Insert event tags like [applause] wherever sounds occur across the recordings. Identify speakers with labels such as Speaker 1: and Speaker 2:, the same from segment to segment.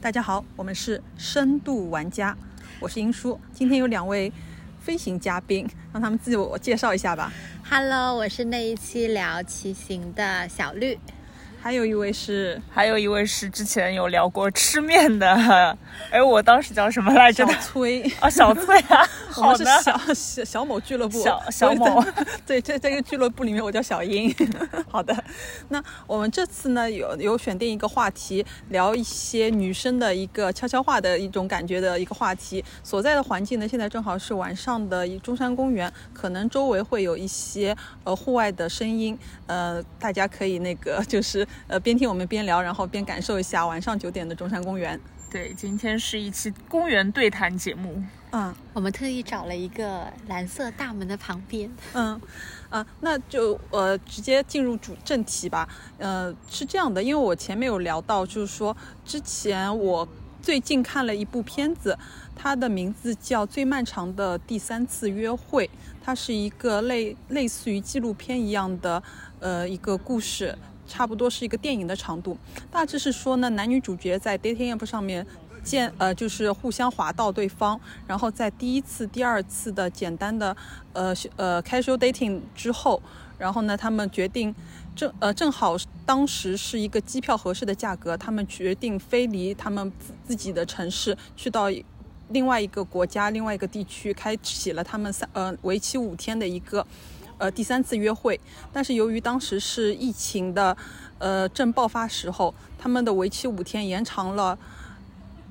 Speaker 1: 大家好，我们是深度玩家，我是英叔。今天有两位飞行嘉宾，让他们自我介绍一下吧。
Speaker 2: Hello，我是那一期聊骑行的小绿。
Speaker 1: 还有一位是
Speaker 3: 还有一位是之前有聊过吃面的， [laughs] 哎，我当时叫什么来着
Speaker 1: 小？崔，
Speaker 3: [laughs] 啊，小翠啊， [laughs]
Speaker 1: 我们
Speaker 3: 好
Speaker 1: 是
Speaker 3: 的，
Speaker 1: 小 [laughs] 小小某俱乐部，
Speaker 3: 小小
Speaker 1: 我也在
Speaker 3: 某。
Speaker 1: [laughs] 对，这这个俱乐部里面我叫小英。 [laughs] 好的，那我们这次呢有有选定一个话题，聊一些女生的一个悄悄话的一种感觉的一个话题。所在的环境呢，现在正好是晚上的一中山公园，可能周围会有一些呃户外的声音，呃，大家可以那个就是呃边听我们边聊，然后边感受一下晚上九点的中山公园。
Speaker 3: 对，今天是一期公园对谈节目，
Speaker 1: 嗯。
Speaker 2: 我们特意找了一个蓝色大门的旁边，
Speaker 1: 嗯，啊，那就呃直接进入主正题吧。呃，是这样的，因为我前面有聊到，就是说之前我最近看了一部片子，它的名字叫《最漫长的第三次约会》，它是一个类类似于纪录片一样的呃一个故事。差不多是一个电影的长度，大致是说呢，男女主角在 dating app 上面见呃，就是互相滑到对方，然后在第一次、第二次的简单的呃是呃 casual dating 之后，然后呢，他们决定正呃正好当时是一个机票合适的价格，他们决定飞离他们自自己的城市，去到一另外一个国家、另外一个地区，开启了他们三呃为期五天的一个呃第三次约会。但是由于当时是疫情的呃正爆发时候，他们的为期五天延长了。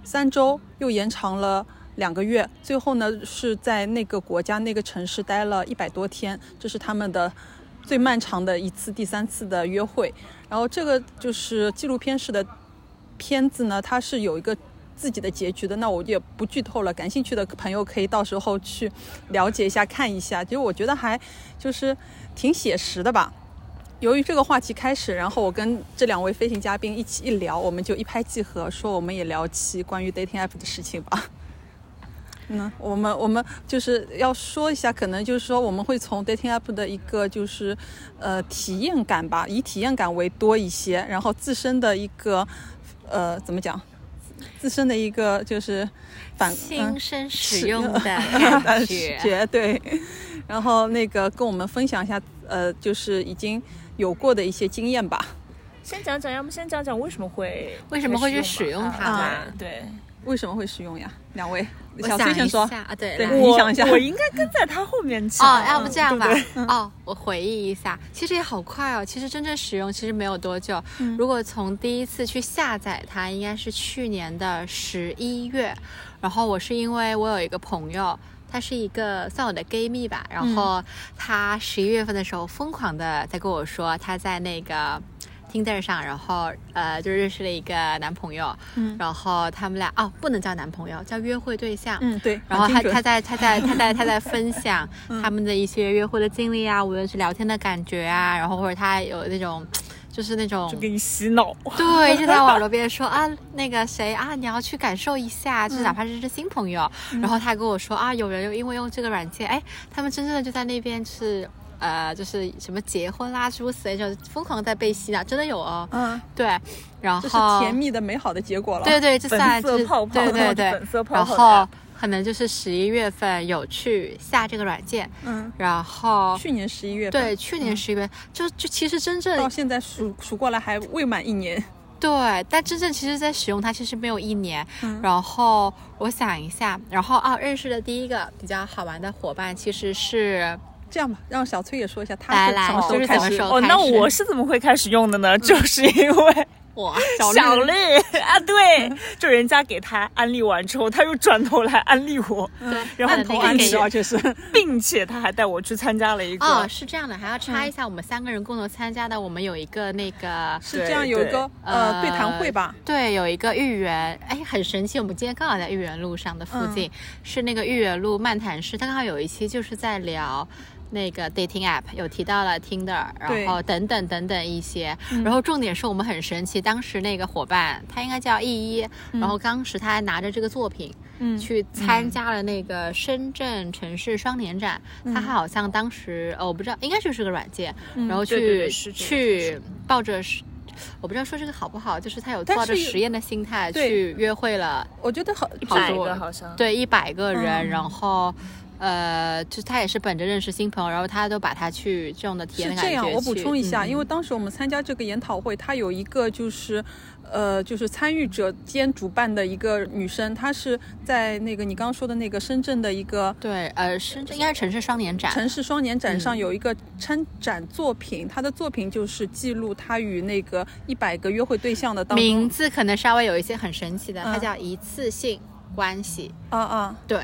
Speaker 1: 三周，又延长了两个月，最后呢是在那个国家、那个城市待了一百多天，这是他们的最漫长的一次第三次的约会。然后这个就是纪录片式的片子呢，它是有一个。自己的结局的，那我也不剧透了。感兴趣的朋友可以到时候去了解一下、看一下。其实我觉得还就是挺写实的吧。由于这个话题开始，然后我跟这两位飞行嘉宾一起一聊，我们就一拍即合，说我们也聊起关于 dating app 的事情吧。 [laughs] 嗯，我们我们就是要说一下，可能就是说我们会从 dating app 的一个就是呃体验感吧，以体验感为多一些，然后自身的一个呃怎么讲，自身的一个就是反嗯
Speaker 2: 亲身使用的
Speaker 1: 感
Speaker 2: 感觉。
Speaker 1: 觉对。 [laughs] 然后那个跟我们分享一下，呃，就是已经有过的一些经验吧。
Speaker 3: 先讲讲，要么先讲讲为什么会
Speaker 2: 为什么会去使用它
Speaker 3: 吧
Speaker 2: 吧
Speaker 3: 啊对，
Speaker 1: 为什么会使用呀？两位，
Speaker 2: [laughs] 我
Speaker 1: 小
Speaker 2: 想
Speaker 1: 崔
Speaker 2: 一
Speaker 1: 先说。
Speaker 2: 下啊，对
Speaker 1: 对
Speaker 2: 来
Speaker 1: 你想一下
Speaker 3: 我我应该跟在他后面讲。啊
Speaker 2: 哦，要不这样吧
Speaker 3: 嗯对对，
Speaker 2: 哦，我回忆一下，其实也好快哦。其实真正使用其实没有多久，如果从第一次去下载它，应该是去年的十一月。然后我是因为我有一个朋友。她是一个算我的 gay 蜜吧，然后她十一月份的时候疯狂的在跟我说，她在那个 Tinder 上，然后呃就认识了一个男朋友，
Speaker 1: 嗯
Speaker 2: 然后他们俩哦不能叫男朋友，叫约会对象，
Speaker 1: 嗯，对。
Speaker 2: 然后
Speaker 1: 很
Speaker 2: 他
Speaker 1: 精准嗯
Speaker 2: 他在他在他在
Speaker 1: [laughs]
Speaker 2: 他在分享他们的一些约会的经历啊，无论是聊天的感觉啊，然后或者他有那种就是那种
Speaker 3: 就给你洗脑。
Speaker 2: 对，就在网络边说啊，那个谁啊，你要去感受一下，
Speaker 1: 嗯
Speaker 2: 就是哪怕是是新朋友，然后他还跟我说啊，有人又因为用这个软件，哎，他们真正的就在那边就是。呃，就是什么结婚啦，诸如此类，就疯狂地在被洗脑，真的有哦。
Speaker 1: 嗯，
Speaker 2: 对，然
Speaker 1: 这
Speaker 2: 后
Speaker 1: 是甜蜜的美好的结果了。
Speaker 2: 对对，这
Speaker 3: 粉
Speaker 2: 算
Speaker 3: 色
Speaker 2: 是
Speaker 3: 泡泡
Speaker 2: 对对对，
Speaker 3: 粉色泡
Speaker 2: 然
Speaker 3: 泡
Speaker 2: 后
Speaker 3: 呀
Speaker 2: 可能就是十一月份有去下这个软件，
Speaker 1: 嗯，
Speaker 2: 然后
Speaker 1: 去年十一月份
Speaker 2: 对去
Speaker 3: 嗯
Speaker 2: 年十一月、就就其实真
Speaker 1: 到
Speaker 2: 正
Speaker 1: 现在数数过来还未满一年。
Speaker 2: 对，但真正其实在使用它其实没有一年。
Speaker 3: 嗯
Speaker 2: 然后我想一下，然后啊认识的第一个比较好玩的伙伴其实是
Speaker 1: 这样吧，让小崔也说一下他
Speaker 2: 来
Speaker 1: 是
Speaker 2: 来
Speaker 1: 什么时
Speaker 2: 就
Speaker 1: 候
Speaker 2: 是
Speaker 1: 开
Speaker 2: 怎么
Speaker 1: 始
Speaker 2: 说
Speaker 3: 哦，
Speaker 2: 开
Speaker 3: 那
Speaker 2: 始
Speaker 3: 我是怎么会开始用的呢？就是因 [laughs] 为
Speaker 2: 我哦
Speaker 3: 小绿 [laughs] 啊，对，就人家给他安利完之后，他又转头来安利我，
Speaker 2: 对，
Speaker 3: 然
Speaker 2: 嗯他的
Speaker 3: 后
Speaker 2: 那
Speaker 3: 投
Speaker 2: 个
Speaker 3: 安
Speaker 2: 给
Speaker 3: 利
Speaker 1: 啊， [laughs] 就是
Speaker 3: 并且他还带我去参加了一个。
Speaker 2: 哦，是这样的，还要插
Speaker 3: 嗯
Speaker 2: 一下，我们三个人共同参加的，我们有一个那个
Speaker 1: 是这样有一个呃对谈会吧。
Speaker 2: 对，有一个豫园，哎，很神奇。我们今天刚好在豫园路上的附近，是那个豫园路漫谈室，它刚好有一期就是在聊。那个 dating app 有提到了 Tinder，
Speaker 1: 对
Speaker 2: 然后等等等等一些，然后重点是我们很神奇，当时那个伙伴他应该叫易一，然后当时他还拿着这个作品，
Speaker 1: 嗯
Speaker 2: 去参加了那个深圳城市双年展，他好哦像当时呃我不知道，应该就是个软件，然后去
Speaker 3: 对对对是这个
Speaker 2: 去抱着是我不知道说这个好不好，就是他有
Speaker 1: 但
Speaker 2: 抱着
Speaker 1: 是有
Speaker 2: 实验的心态
Speaker 1: 对
Speaker 2: 去约会了，
Speaker 1: 我觉得好
Speaker 3: 一
Speaker 2: 好
Speaker 3: 百
Speaker 2: 多
Speaker 3: 个好像，
Speaker 2: 对一百个人，
Speaker 1: 嗯
Speaker 2: 然后。呃，就是他也是本着认识新朋友，然后他都把他去这种的体验
Speaker 1: 是
Speaker 2: 的感
Speaker 1: 这
Speaker 2: 觉
Speaker 1: 样，我补
Speaker 2: 去
Speaker 1: 充一下，
Speaker 2: 嗯
Speaker 1: 因为当时我们参加这个研讨会，它有一个就是，呃，就是参与者兼主办的一个女生，她是在那个你刚刚说的那个深圳的一个
Speaker 2: 对，呃，深圳应该是城市双年展，
Speaker 1: 城市双年展上
Speaker 2: 嗯
Speaker 1: 有一个参展作品，她的作品就是记录她与那个一百个约会对象的当
Speaker 2: 名
Speaker 1: 中，
Speaker 2: 字可能稍微有一些很神奇的，它
Speaker 1: 嗯
Speaker 2: 叫一次性关系。
Speaker 1: 啊啊
Speaker 2: 对，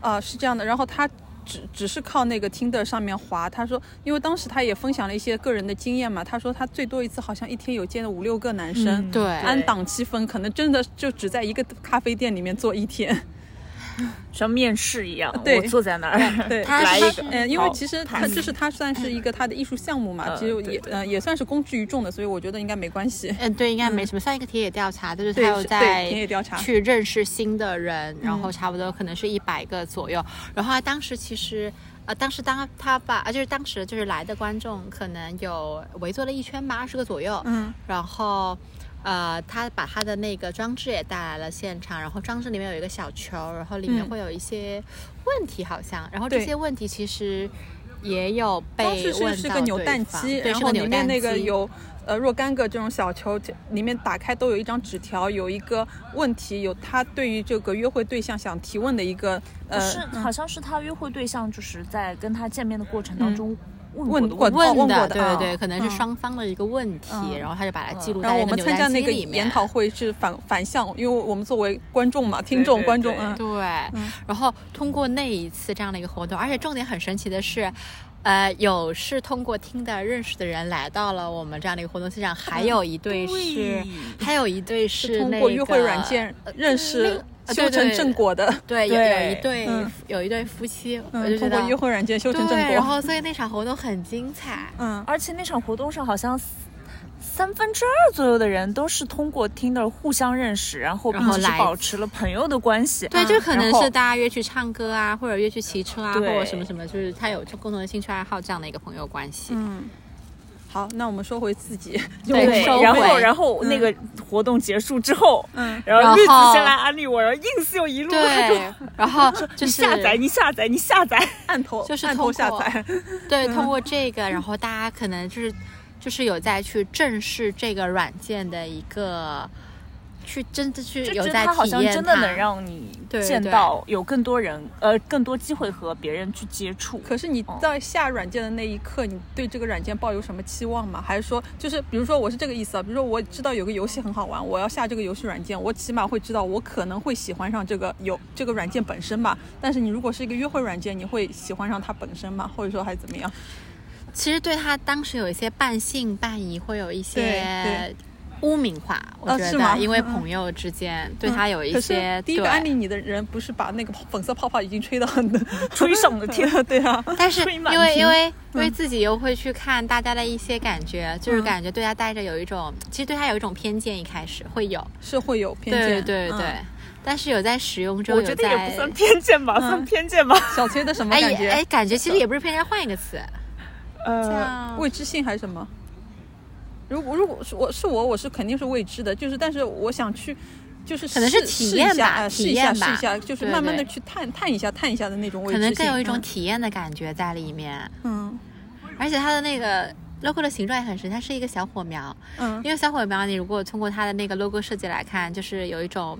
Speaker 1: 啊，是这样的。然后她只只是靠那个 Tinder 上面滑，她说，因为当时她也分享了一些个人的经验嘛，她说她最多一次好像一天有见了五六个男生。
Speaker 3: 嗯
Speaker 2: 对
Speaker 1: 按档期分，可能真的就只在一个咖啡店里面坐一天。
Speaker 3: 像面试一样，
Speaker 1: 对
Speaker 3: 我坐在那儿，
Speaker 1: 对，
Speaker 2: 他
Speaker 3: 来
Speaker 2: 是
Speaker 3: 一个
Speaker 1: 嗯，因为
Speaker 3: 好
Speaker 1: 其实
Speaker 3: 怕
Speaker 1: 它
Speaker 3: 死
Speaker 1: 就是它算是一个它的艺术项目嘛，
Speaker 3: 嗯
Speaker 1: 其实
Speaker 3: 对
Speaker 1: 也
Speaker 3: 对
Speaker 1: 呃也算是公之于众的，所以我觉得应该没关系。
Speaker 2: 嗯，对，应该没什么，算一个田野调查，就是他
Speaker 1: 对
Speaker 2: 有
Speaker 1: 是对
Speaker 2: 在
Speaker 1: 田野调查嗯
Speaker 2: 去认识新的人，然后差不多可能是一百个左右。然后他当时其实，呃，当时当他把，啊，就是当时就是来的观众可能有围坐了一圈吧，二十个左右。
Speaker 1: 嗯，
Speaker 2: 然后。呃，他把他的那个装置也带来了现场，然后装置里面有一个小球，然后里面
Speaker 1: 嗯
Speaker 2: 会有一些问题，好像，然后这
Speaker 1: 对
Speaker 2: 些问题其实也有被
Speaker 1: 当时
Speaker 2: 问
Speaker 1: 是是
Speaker 2: 到
Speaker 1: 个扭
Speaker 2: 对
Speaker 1: 蛋
Speaker 2: 方
Speaker 1: 机，
Speaker 2: 对，
Speaker 1: 然
Speaker 2: 是
Speaker 1: 后
Speaker 2: 个扭
Speaker 1: 里面
Speaker 2: 蛋
Speaker 1: 那个
Speaker 2: 机
Speaker 1: 有呃若干个这种小球，里面打开都有一张纸条，有一个问题，有他对于这个约会对象想提问的一个
Speaker 3: 不
Speaker 1: 呃
Speaker 3: 是，好像是他约会对象，就是在跟他见面的过程当中问
Speaker 1: 问
Speaker 3: 过的
Speaker 1: 过
Speaker 3: 问
Speaker 1: 哦
Speaker 2: 问
Speaker 1: 问
Speaker 2: 的，
Speaker 1: 过的
Speaker 2: 对对
Speaker 1: 啊
Speaker 2: 对，可能是
Speaker 1: 嗯
Speaker 2: 双方的一个问题，
Speaker 1: 嗯
Speaker 2: 然后他就把它记录
Speaker 1: 然
Speaker 2: 在
Speaker 1: 后
Speaker 2: 那
Speaker 1: 我
Speaker 2: 个
Speaker 1: 们
Speaker 2: 扭
Speaker 1: 参加
Speaker 2: 蛋
Speaker 1: 那
Speaker 2: 机
Speaker 1: 个
Speaker 2: 里面。
Speaker 1: 研讨会是反反向，因为我们作为观众嘛，听众
Speaker 3: 对对
Speaker 1: 观众，
Speaker 3: 对
Speaker 1: 嗯，
Speaker 2: 对，然后通过那一次这样的一个活动，而且重点很神奇的是。呃，有是通过听的认识的人来到了我们这样的一个活动现场，还有一对是，还有一对
Speaker 1: 嗯
Speaker 2: 是
Speaker 1: 通
Speaker 2: 那
Speaker 1: 过约会
Speaker 2: 个
Speaker 1: 软件认识
Speaker 2: 呃
Speaker 1: 修成正果的，
Speaker 2: 对，有有一
Speaker 3: 对
Speaker 2: 对
Speaker 1: 嗯
Speaker 2: 有一对夫妻，我就
Speaker 1: 嗯，
Speaker 2: 觉
Speaker 1: 通
Speaker 2: 得
Speaker 1: 过约会软件修成正
Speaker 2: 对，然
Speaker 1: 果，
Speaker 2: 后所以那场活动很精彩，
Speaker 1: 嗯，
Speaker 3: 而且那场活动上好像三。三分之二左右的人都是通过 Tinder 互相认识，然后并
Speaker 2: 然后
Speaker 3: 且是
Speaker 2: 来
Speaker 3: 保持了朋友的关系。
Speaker 2: 对，就可能
Speaker 3: 啊然后
Speaker 2: 是大家约去唱歌啊，或者约去骑车啊，或
Speaker 3: 对
Speaker 2: 者什么什么，就是他有共同的兴趣爱好这样的一个朋友关系。
Speaker 1: 嗯，好，那我们说回自己，
Speaker 2: 对
Speaker 3: 对
Speaker 2: 收，
Speaker 3: 然后
Speaker 2: 回
Speaker 3: 然后那个活动结束之后，
Speaker 1: 嗯，
Speaker 3: 然后
Speaker 2: 然
Speaker 3: 绿子
Speaker 2: 后
Speaker 3: 先来安利我，然后 ins 又一路 [laughs]
Speaker 2: 对， [laughs] 然后就
Speaker 3: 你
Speaker 2: 是
Speaker 3: 下载，你下载，你下载。
Speaker 1: [laughs] 按头
Speaker 2: 就是
Speaker 1: 按
Speaker 2: 通过
Speaker 1: 头下载，
Speaker 3: 嗯
Speaker 2: 对，通过这个，然后大家可能就是就是有在去正视这个软件的一个，去真的去
Speaker 3: 就
Speaker 2: 有
Speaker 3: 觉得
Speaker 2: 在
Speaker 3: 它好
Speaker 2: 体
Speaker 3: 像
Speaker 2: 验
Speaker 3: 真的
Speaker 2: 它
Speaker 3: 能让你
Speaker 2: 对
Speaker 3: 见
Speaker 2: 对
Speaker 3: 到有更多人，呃，更多机会和别人去接触。
Speaker 1: 可是你
Speaker 2: 哦
Speaker 1: 在下软件的那一刻，你对这个软件抱有什么期望吗？还是说，就是比如说我是这个意思啊，比如说我知道有个游戏很好玩，我要下这个游戏软件，我起码会知道我可能会喜欢上这个游这个软件本身吧。但是你如果是一个约会软件，你会喜欢上它本身吗？或者说还怎么样？
Speaker 2: 其实对他当时有一些半信半疑，会有一
Speaker 1: 对
Speaker 2: 些
Speaker 1: 对
Speaker 2: 污名化，我
Speaker 3: 哦
Speaker 1: 啊
Speaker 2: 觉
Speaker 1: 是
Speaker 2: 得，
Speaker 1: 吗
Speaker 2: 因为
Speaker 1: 嗯
Speaker 2: 朋友之间对
Speaker 3: 嗯
Speaker 2: 他有一
Speaker 1: 可是
Speaker 2: 些
Speaker 1: 第一个
Speaker 2: 对
Speaker 1: 安利你的人不是把那个粉色泡泡已经吹得很 [laughs]
Speaker 3: 吹上了天，
Speaker 1: 对啊，
Speaker 2: 但是
Speaker 3: 吹满
Speaker 2: 因为
Speaker 3: 屏
Speaker 2: 因为因为自己又会去看大家的一些感觉，就是
Speaker 1: 嗯
Speaker 2: 感觉对他带着有一种，其实对他有一种偏见，一开始会有，
Speaker 1: 是会有偏
Speaker 2: 对
Speaker 1: 见，
Speaker 2: 对
Speaker 1: 嗯
Speaker 2: 对，但是有在使用中，
Speaker 3: 我
Speaker 2: 有
Speaker 3: 觉
Speaker 2: 在
Speaker 3: 得也不算偏见吧，
Speaker 1: 嗯
Speaker 3: 算偏见吧。
Speaker 1: [laughs] 小崔的什么
Speaker 2: 哎
Speaker 1: 感
Speaker 2: 也
Speaker 1: 觉？
Speaker 2: 哎，感觉其实也不是偏见，换一个词，
Speaker 3: 呃，
Speaker 2: 叫
Speaker 1: 嗯未知性还是什么？如果如果是我是我，我是肯定是未知的，就是但是我想去，就是
Speaker 2: 可能是
Speaker 1: 试
Speaker 2: 体验
Speaker 1: 试一下
Speaker 2: 吧
Speaker 1: 哎
Speaker 2: 体
Speaker 1: 试一下
Speaker 2: 验吧
Speaker 1: 试一下，就是
Speaker 2: 对
Speaker 1: 慢慢
Speaker 2: 对
Speaker 1: 的去探探一下探一下的那种未
Speaker 2: 可
Speaker 1: 知性。
Speaker 2: 能更有一种
Speaker 1: 嗯
Speaker 2: 体验的感觉在里面，
Speaker 1: 嗯
Speaker 2: 而且它的那个 logo 的形状也很神，它是一个小火苗，
Speaker 1: 嗯
Speaker 2: 因为小火苗，你如果通过它的那个 logo 设计来看，就是有一种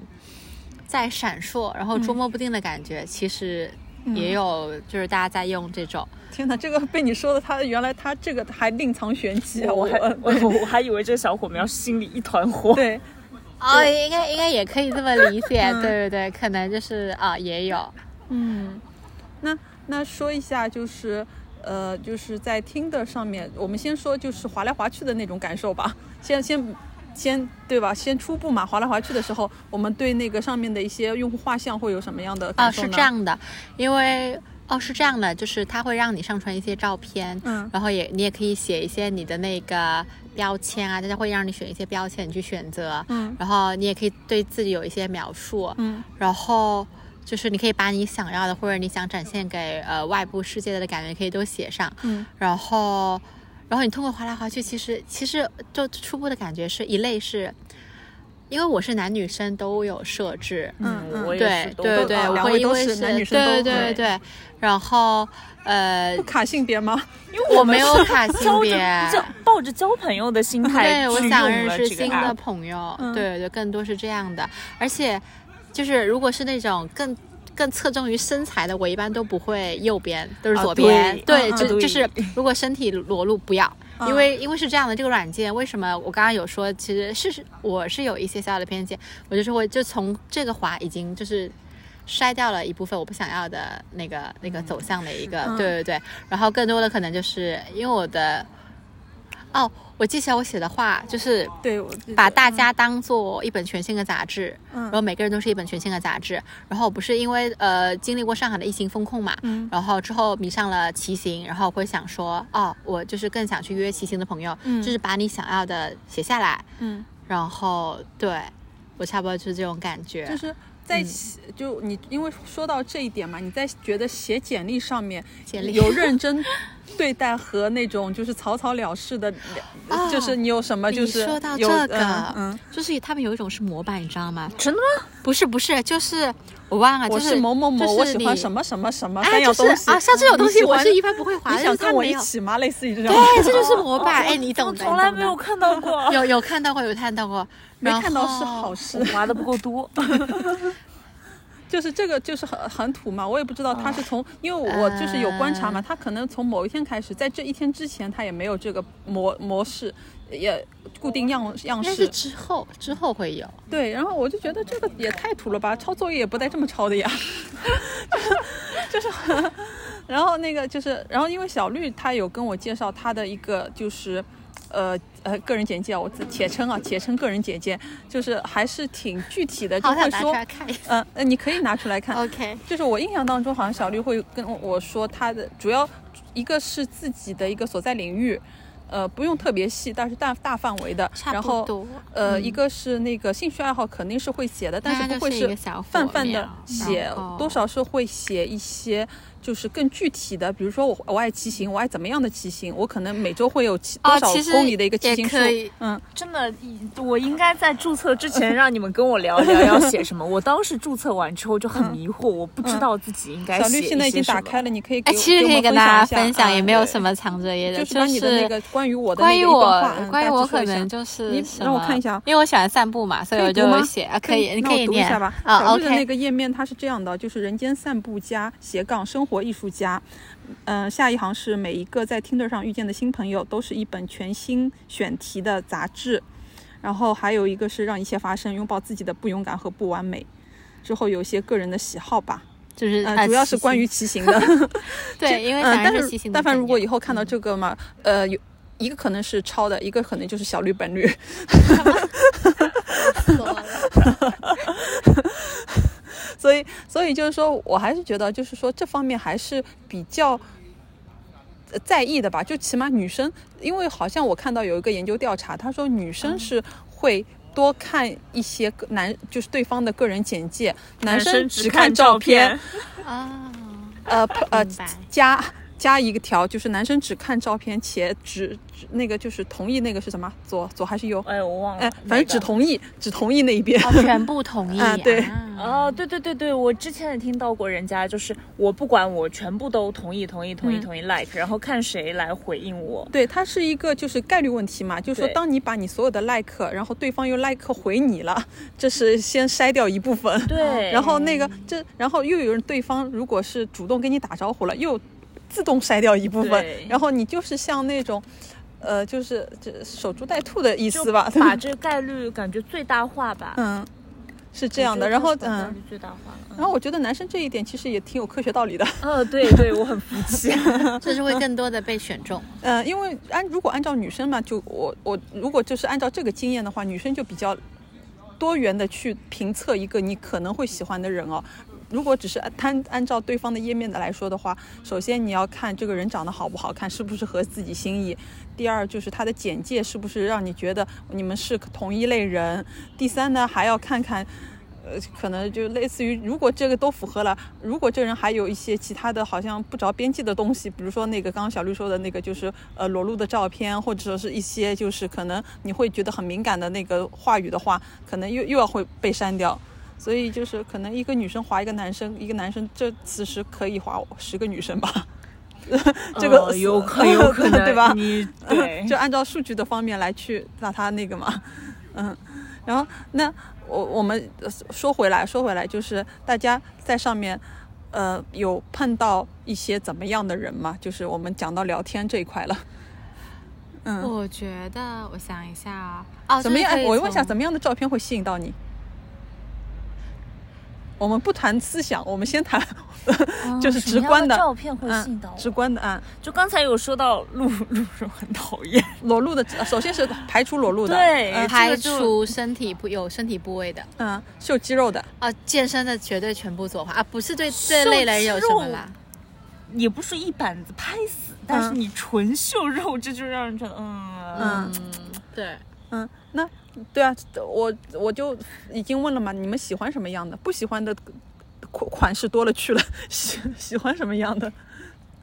Speaker 2: 在闪烁，然后捉摸不定的感觉。其实也有，就是大家在用这种，
Speaker 1: 天哪，这个被你说的，他原来他这个还另藏玄机啊！
Speaker 3: 我
Speaker 1: 我
Speaker 3: 还我我还以为这小火苗心里一团火。
Speaker 1: 对，
Speaker 2: 哦，应该应该也可以这么理解， [laughs]
Speaker 1: 嗯
Speaker 2: 对对对，可能就是啊、也有，
Speaker 1: 嗯，那那说一下就是。呃，就是在 Tinder 上面，我们先说就是划来划去的那种感受吧。先先先对吧？先初步嘛，划来划去的时候，我们对那个上面的一些用户画像会有什么样的
Speaker 2: 哦，
Speaker 1: 感受
Speaker 2: 是
Speaker 1: 呢？
Speaker 2: 这样的，因为哦是这样的，就是它会让你上传一些照片，
Speaker 1: 嗯
Speaker 2: 然后也你也可以写一些你的那个标签啊，大家会让你选一些标签你去选择，
Speaker 1: 嗯
Speaker 2: 然后你也可以对自己有一些描述，
Speaker 1: 嗯，
Speaker 2: 然后。就是你可以把你想要的或者你想展现给呃外部世界的感觉，可以都写上。
Speaker 1: 嗯，
Speaker 2: 然后，然后你通过滑来滑去，其实其实就初步的感觉是一类是，因为我是男女生都有设置，
Speaker 1: 嗯嗯
Speaker 3: 我也
Speaker 2: 对
Speaker 3: 是都
Speaker 2: 对
Speaker 1: 都
Speaker 2: 对，
Speaker 1: 两
Speaker 2: 我
Speaker 1: 位
Speaker 2: 会因
Speaker 1: 都
Speaker 2: 为
Speaker 1: 是男女生
Speaker 2: 对
Speaker 1: 都
Speaker 2: 对
Speaker 1: 会
Speaker 2: 对，然后呃
Speaker 1: 不，卡性别吗？
Speaker 3: 因为
Speaker 2: 我
Speaker 3: 们
Speaker 2: 没有
Speaker 3: 是
Speaker 2: 卡性
Speaker 3: [laughs] 交着
Speaker 2: 别
Speaker 3: 交抱着交朋友的心态
Speaker 2: 对，
Speaker 3: 去
Speaker 2: 我想
Speaker 3: 用
Speaker 2: 认
Speaker 3: 了
Speaker 2: 识
Speaker 3: 这个
Speaker 2: 新
Speaker 3: app
Speaker 2: 的朋友，
Speaker 1: 嗯
Speaker 2: 对对，更多是这样的。而且，就是如果是那种更更侧重于身材的，我一般都不会右边，都是
Speaker 3: 啊
Speaker 2: 左边。对，
Speaker 3: 对嗯
Speaker 2: 就
Speaker 3: 嗯
Speaker 2: 就是如果身体裸露不要，
Speaker 1: 嗯
Speaker 2: 因为因为是这样的，这个软件为什么我刚刚有说，其实是我是有一些小小的偏见，我就是会就从这个滑已经就是。筛掉了一部分我不想要的那个那个走向的一个，
Speaker 1: 嗯
Speaker 2: 对对对，然后更多的可能就是因为我的哦，我记起来我写的话就是
Speaker 1: 对，我记得
Speaker 2: 把大家当做一本全新的杂志，
Speaker 1: 嗯
Speaker 2: 然后每个人都是一本全新的杂志。然后我不是因为呃经历过上海的疫情风控嘛，
Speaker 1: 嗯
Speaker 2: 然后之后迷上了骑行，然后会想说，哦，我就是更想去约骑行的朋友，
Speaker 1: 嗯
Speaker 2: 就是把你想要的写下来，
Speaker 1: 嗯，
Speaker 2: 然后对我差不多就是这种感嗯觉，
Speaker 1: 就是在写就你因为说到这一点嘛，你在觉得写简历上面
Speaker 2: 简历
Speaker 1: 有认真对待和那种就是草草了事
Speaker 2: [laughs]
Speaker 1: 的，
Speaker 2: 哦
Speaker 1: 就是你有什么就
Speaker 2: 你
Speaker 1: 是
Speaker 2: 说到
Speaker 1: 有
Speaker 2: 这个
Speaker 1: 嗯嗯，
Speaker 2: 就是他们有一种是模板，你知道吗？
Speaker 3: 真的吗？
Speaker 2: 不是不是，就是我忘了，
Speaker 1: 我
Speaker 2: 啊就是
Speaker 1: 某某某，
Speaker 2: 就是
Speaker 1: 我喜欢
Speaker 2: 你
Speaker 1: 什么什么什么
Speaker 2: 哎，
Speaker 1: 三样
Speaker 2: 就是
Speaker 1: 东西
Speaker 2: 啊，像这种东
Speaker 1: 你
Speaker 2: 西
Speaker 1: 喜
Speaker 2: 我
Speaker 1: 欢
Speaker 2: 是一般不会划
Speaker 1: 你
Speaker 2: 的，
Speaker 1: 想
Speaker 2: 但是他
Speaker 1: 跟我
Speaker 2: 没
Speaker 1: 一
Speaker 2: 有
Speaker 1: 起吗？类似于这种，
Speaker 2: 对，这就是膜拜。哎，你懂的，
Speaker 3: 从来
Speaker 2: 你懂的
Speaker 3: 没有看到过，
Speaker 2: 有有看到过，有看到过，
Speaker 1: 没
Speaker 2: 然
Speaker 1: 看到是
Speaker 2: 后
Speaker 1: 好事
Speaker 3: 我。滑的不够多。
Speaker 1: 就是这个就是很很土嘛，我也不知道他
Speaker 2: 哦
Speaker 1: 是从，因为我就是有观察嘛，
Speaker 2: 呃
Speaker 1: 他可能从某一天开始，在这一天之前他也没有这个模模式，也固定样样
Speaker 2: 应该哦是
Speaker 1: 式，
Speaker 2: 之后之后会有，
Speaker 1: 对，然后我就觉得这个也太土了吧，抄作业也不带这么抄的呀， [laughs] 就是很，然后那个就是，然后因为小绿他有跟我介绍他的一个就是，呃呃个人简介啊，我自且称啊且称个人简介，就是还是挺具体的，就
Speaker 2: 好
Speaker 1: 会
Speaker 2: 想拿出
Speaker 1: 说，
Speaker 2: 来看一下。
Speaker 1: 嗯、呃，你可以拿出来看，
Speaker 2: OK，
Speaker 1: 就是我印象当中，好像小绿会跟我说，她的主要一个是自己的一个所在领域，呃，不用特别细，但是大大范围的。
Speaker 2: 差
Speaker 1: 然
Speaker 2: 不
Speaker 1: 后，
Speaker 2: 多。
Speaker 1: 呃，一个是那个兴趣爱好肯定是会写的，但
Speaker 2: 当然
Speaker 1: 不会
Speaker 2: 就是一个小火
Speaker 1: 泛泛的
Speaker 2: 苗
Speaker 1: 写
Speaker 2: 然后，
Speaker 1: 多少是会写一些就是更具体的，比如说我我爱骑行，我爱怎么样的骑行，我可能每周会有骑
Speaker 2: 哦
Speaker 1: 多少
Speaker 2: 其实
Speaker 1: 公里的一个骑
Speaker 2: 也
Speaker 1: 行数
Speaker 2: 可以，
Speaker 1: 嗯，
Speaker 3: 真的，我应该在注册之前让你们跟我聊一聊要写什么。我当时注册完之后就很迷惑，我不知道自己应该
Speaker 1: 小
Speaker 3: 写
Speaker 1: 绿现在已
Speaker 3: 一些
Speaker 1: 经
Speaker 3: 什
Speaker 1: 打
Speaker 3: 么
Speaker 1: 开了，你可以给
Speaker 2: 哎，
Speaker 1: 我
Speaker 2: 其实可以跟
Speaker 1: 给我们
Speaker 2: 大家
Speaker 1: 一下嗯
Speaker 2: 分享，也没有什
Speaker 1: 么。
Speaker 2: 么藏着掖着，
Speaker 1: 就是把你的那个关于我的
Speaker 2: 关于
Speaker 1: 那个一段
Speaker 2: 我
Speaker 1: 话，嗯，
Speaker 2: 关于我
Speaker 1: 大
Speaker 2: 可
Speaker 1: 致说一下
Speaker 2: 能就是
Speaker 1: 你
Speaker 2: 什
Speaker 1: 让我
Speaker 2: 么
Speaker 1: 看一下
Speaker 2: 因为我喜欢散步嘛，所以
Speaker 1: 可以
Speaker 2: 我
Speaker 1: 读
Speaker 2: 就
Speaker 1: 吗
Speaker 2: 写啊，可以，你
Speaker 1: 嗯那
Speaker 2: 可
Speaker 1: 我
Speaker 2: 以
Speaker 1: 读一
Speaker 2: 念
Speaker 1: 下吧。
Speaker 2: 啊
Speaker 1: 小绿的那
Speaker 2: ，OK，
Speaker 1: 个页面它是这样的，就是“人间散步家斜杠生活艺术家”。嗯，下一行是每一个在 Tinder 上遇见的新朋友都是一本全新选题的杂志，然后还有一个是让一切发生，拥抱自己的不勇敢和不完美。之后有一些个人的喜好吧，
Speaker 2: 就是
Speaker 1: 嗯、
Speaker 2: 啊
Speaker 1: 主要
Speaker 2: 骑
Speaker 1: 是关
Speaker 2: 行
Speaker 1: 于骑行的。
Speaker 2: 对， [laughs] 因为
Speaker 1: 嗯
Speaker 2: 想，
Speaker 1: 但
Speaker 2: 认识骑行的
Speaker 1: 但凡
Speaker 2: 朋
Speaker 1: 如果
Speaker 2: 友嗯
Speaker 1: 以后看到这个嘛，呃，有一个可能是抄的，一个可能就是小绿本绿。所以，所以就是说我还是觉得，就是说这方面还是比较。呃在意的吧，就起码女生，因为好像我看到有一个研究调查，他说女生是会多看一些个男，就是对方的个人简介，男生只看照片，
Speaker 2: 啊，
Speaker 1: 呃呸呃
Speaker 2: 明白
Speaker 1: 加加一个条，就是男生只看照片且只只那个就是同意那个是什么左左还是右？
Speaker 3: 哎，我忘了，
Speaker 1: 哎，反正只同意只同意那一边。
Speaker 2: 哦，全部同意
Speaker 1: 啊对
Speaker 3: 哦，对对对对，我之前也听到过人家就是我不管我全部都同意同意同意
Speaker 1: 嗯
Speaker 3: 同意 like，、然后看谁来回应我。
Speaker 1: 对，它是一个就是概率问题嘛，就是说，
Speaker 3: 对
Speaker 1: 当你把你所有的 like，然后对方又 like 回你了，这是先筛掉一部分。
Speaker 3: 对，
Speaker 1: 然后那个这，然后又有人对方如果是主动跟你打招呼了，又自动筛掉一部分
Speaker 3: 对，
Speaker 1: [laughs] 然后你就是像那种，呃，就是这守株待兔的意
Speaker 3: 就
Speaker 1: 思吧，对吧
Speaker 3: 把这个概率感觉最大化吧。
Speaker 1: 嗯，是
Speaker 3: 我
Speaker 1: 这样
Speaker 3: 觉
Speaker 1: 的。
Speaker 3: 得
Speaker 1: 然后
Speaker 3: 就是把概
Speaker 1: 嗯，
Speaker 3: 率最大化了。嗯
Speaker 1: 然后我觉得男生这一点其实也挺有科学道理的。
Speaker 3: 哦，对对，我很服气。
Speaker 2: [laughs] 就是会更多的被选中。
Speaker 1: 呃，因为按如果按照女生嘛，就我我如果就是按照这个经验的话，女生就比较多元的去评测一个你可能会喜欢的人哦。如果只是按按按照对方的页面的来说的话，首先你要看这个人长得好不好看，是不是合自己心意；第二就是他的简介是不是让你觉得你们是同一类人；第三呢，还要看看呃，可能就类似于，如果这个都符合了，如果这人还有一些其他的好像不着边际的东西，比如说那个刚刚小绿说的那个，就是呃裸露的照片，或者说是一些就是可能你会觉得很敏感的那个话语的话，可能又又要会被删掉。所以就是可能一个女生划一个男生，一个男生这其实可以划十个女生吧。 [laughs] [laughs] 这个、
Speaker 3: 呃有
Speaker 1: [laughs]
Speaker 3: 可有可能
Speaker 1: 对吧？
Speaker 3: 你对
Speaker 1: [laughs] 就按照数据的方面来去把它那个嘛，嗯，然后那我我们呃说回来说回来，就是大家在上面，呃，有碰到一些怎么样的人吗？就是我们讲到聊天这一块了，嗯，
Speaker 3: 哦
Speaker 2: 我觉得，我想一下啊、哦，
Speaker 1: 怎么样？
Speaker 2: 就是
Speaker 1: 哎
Speaker 2: 可以
Speaker 1: 我问一下，
Speaker 2: 从
Speaker 1: 怎么样的照片会吸引到你？我们不谈思想，我们先谈 [laughs]
Speaker 3: 嗯
Speaker 1: 就是
Speaker 3: 什
Speaker 1: 直
Speaker 3: 么样
Speaker 1: 观
Speaker 3: 的
Speaker 1: 的
Speaker 3: 照片会吸引到
Speaker 1: 嗯
Speaker 3: 我
Speaker 1: 直观的啊，
Speaker 3: 就刚才有说到 [laughs] 路路人很讨厌， [laughs]
Speaker 1: 裸露的，首先是排除裸露的，
Speaker 3: 对
Speaker 1: 嗯
Speaker 2: 排
Speaker 3: 这个就
Speaker 2: 除身体部有身体部位的
Speaker 1: 嗯，秀肌肉的，
Speaker 2: 啊，健身的绝对全部左滑啊，不是对这类人有什么啦？
Speaker 3: 也不是一板子拍死，但是你纯秀肉，这就让人觉得嗯
Speaker 1: 嗯
Speaker 2: 对，
Speaker 1: 嗯，那对啊，我我就已经问了嘛，你们喜欢什么样的？不喜欢的款款式多了去了，喜 [laughs] 喜欢什么样的？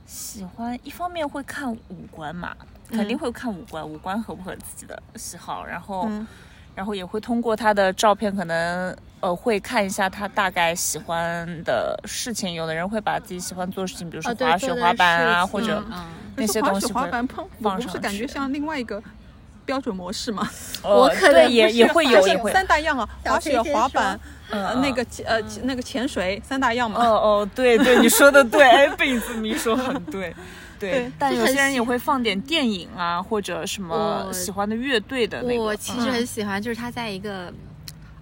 Speaker 3: 喜欢一方面会看五官嘛，
Speaker 2: 嗯
Speaker 3: 肯定会看五官，五官合不合自己的喜好，然后、
Speaker 1: 嗯
Speaker 3: 然后也会通过他的照片，可能呃会看一下他大概喜欢的事情，有的人会把自己喜欢做的事情，比如说
Speaker 2: 啊对
Speaker 3: 滑
Speaker 2: 做
Speaker 3: 雪、
Speaker 2: 的
Speaker 3: 滑板啊，
Speaker 2: 事
Speaker 3: 或者
Speaker 2: 情嗯
Speaker 3: 那
Speaker 1: 可
Speaker 3: 些
Speaker 1: 是
Speaker 3: 东
Speaker 1: 滑
Speaker 3: 西
Speaker 1: 雪
Speaker 3: 会
Speaker 1: 滑板碰，我
Speaker 3: 放
Speaker 1: 不是
Speaker 3: 上
Speaker 1: 感觉
Speaker 3: 去
Speaker 1: 像另外一个标准模式 [laughs] 嘛？
Speaker 3: 呃
Speaker 2: 我可能
Speaker 3: 对
Speaker 2: 不
Speaker 3: 也
Speaker 2: 是
Speaker 3: 也会
Speaker 1: 就
Speaker 3: 有
Speaker 1: 是
Speaker 3: 也会，
Speaker 1: 三大样啊，
Speaker 2: 小
Speaker 1: 滑
Speaker 2: 崔
Speaker 1: 雪、
Speaker 2: 先
Speaker 1: 滑
Speaker 2: 说
Speaker 1: 板，呃，
Speaker 3: 嗯
Speaker 1: 那个呃那个潜水三大样嘛。
Speaker 3: 哦哦，对对，你说的对，哎，被子迷说很对，对
Speaker 1: 对。
Speaker 3: 但
Speaker 2: 就
Speaker 3: 有
Speaker 2: 很
Speaker 3: 些人
Speaker 2: 喜
Speaker 3: 也会放点电影啊，或者什么
Speaker 2: 我
Speaker 3: 喜欢的乐队的那
Speaker 2: 我
Speaker 3: 个。
Speaker 2: 其实很喜欢，就是他在一个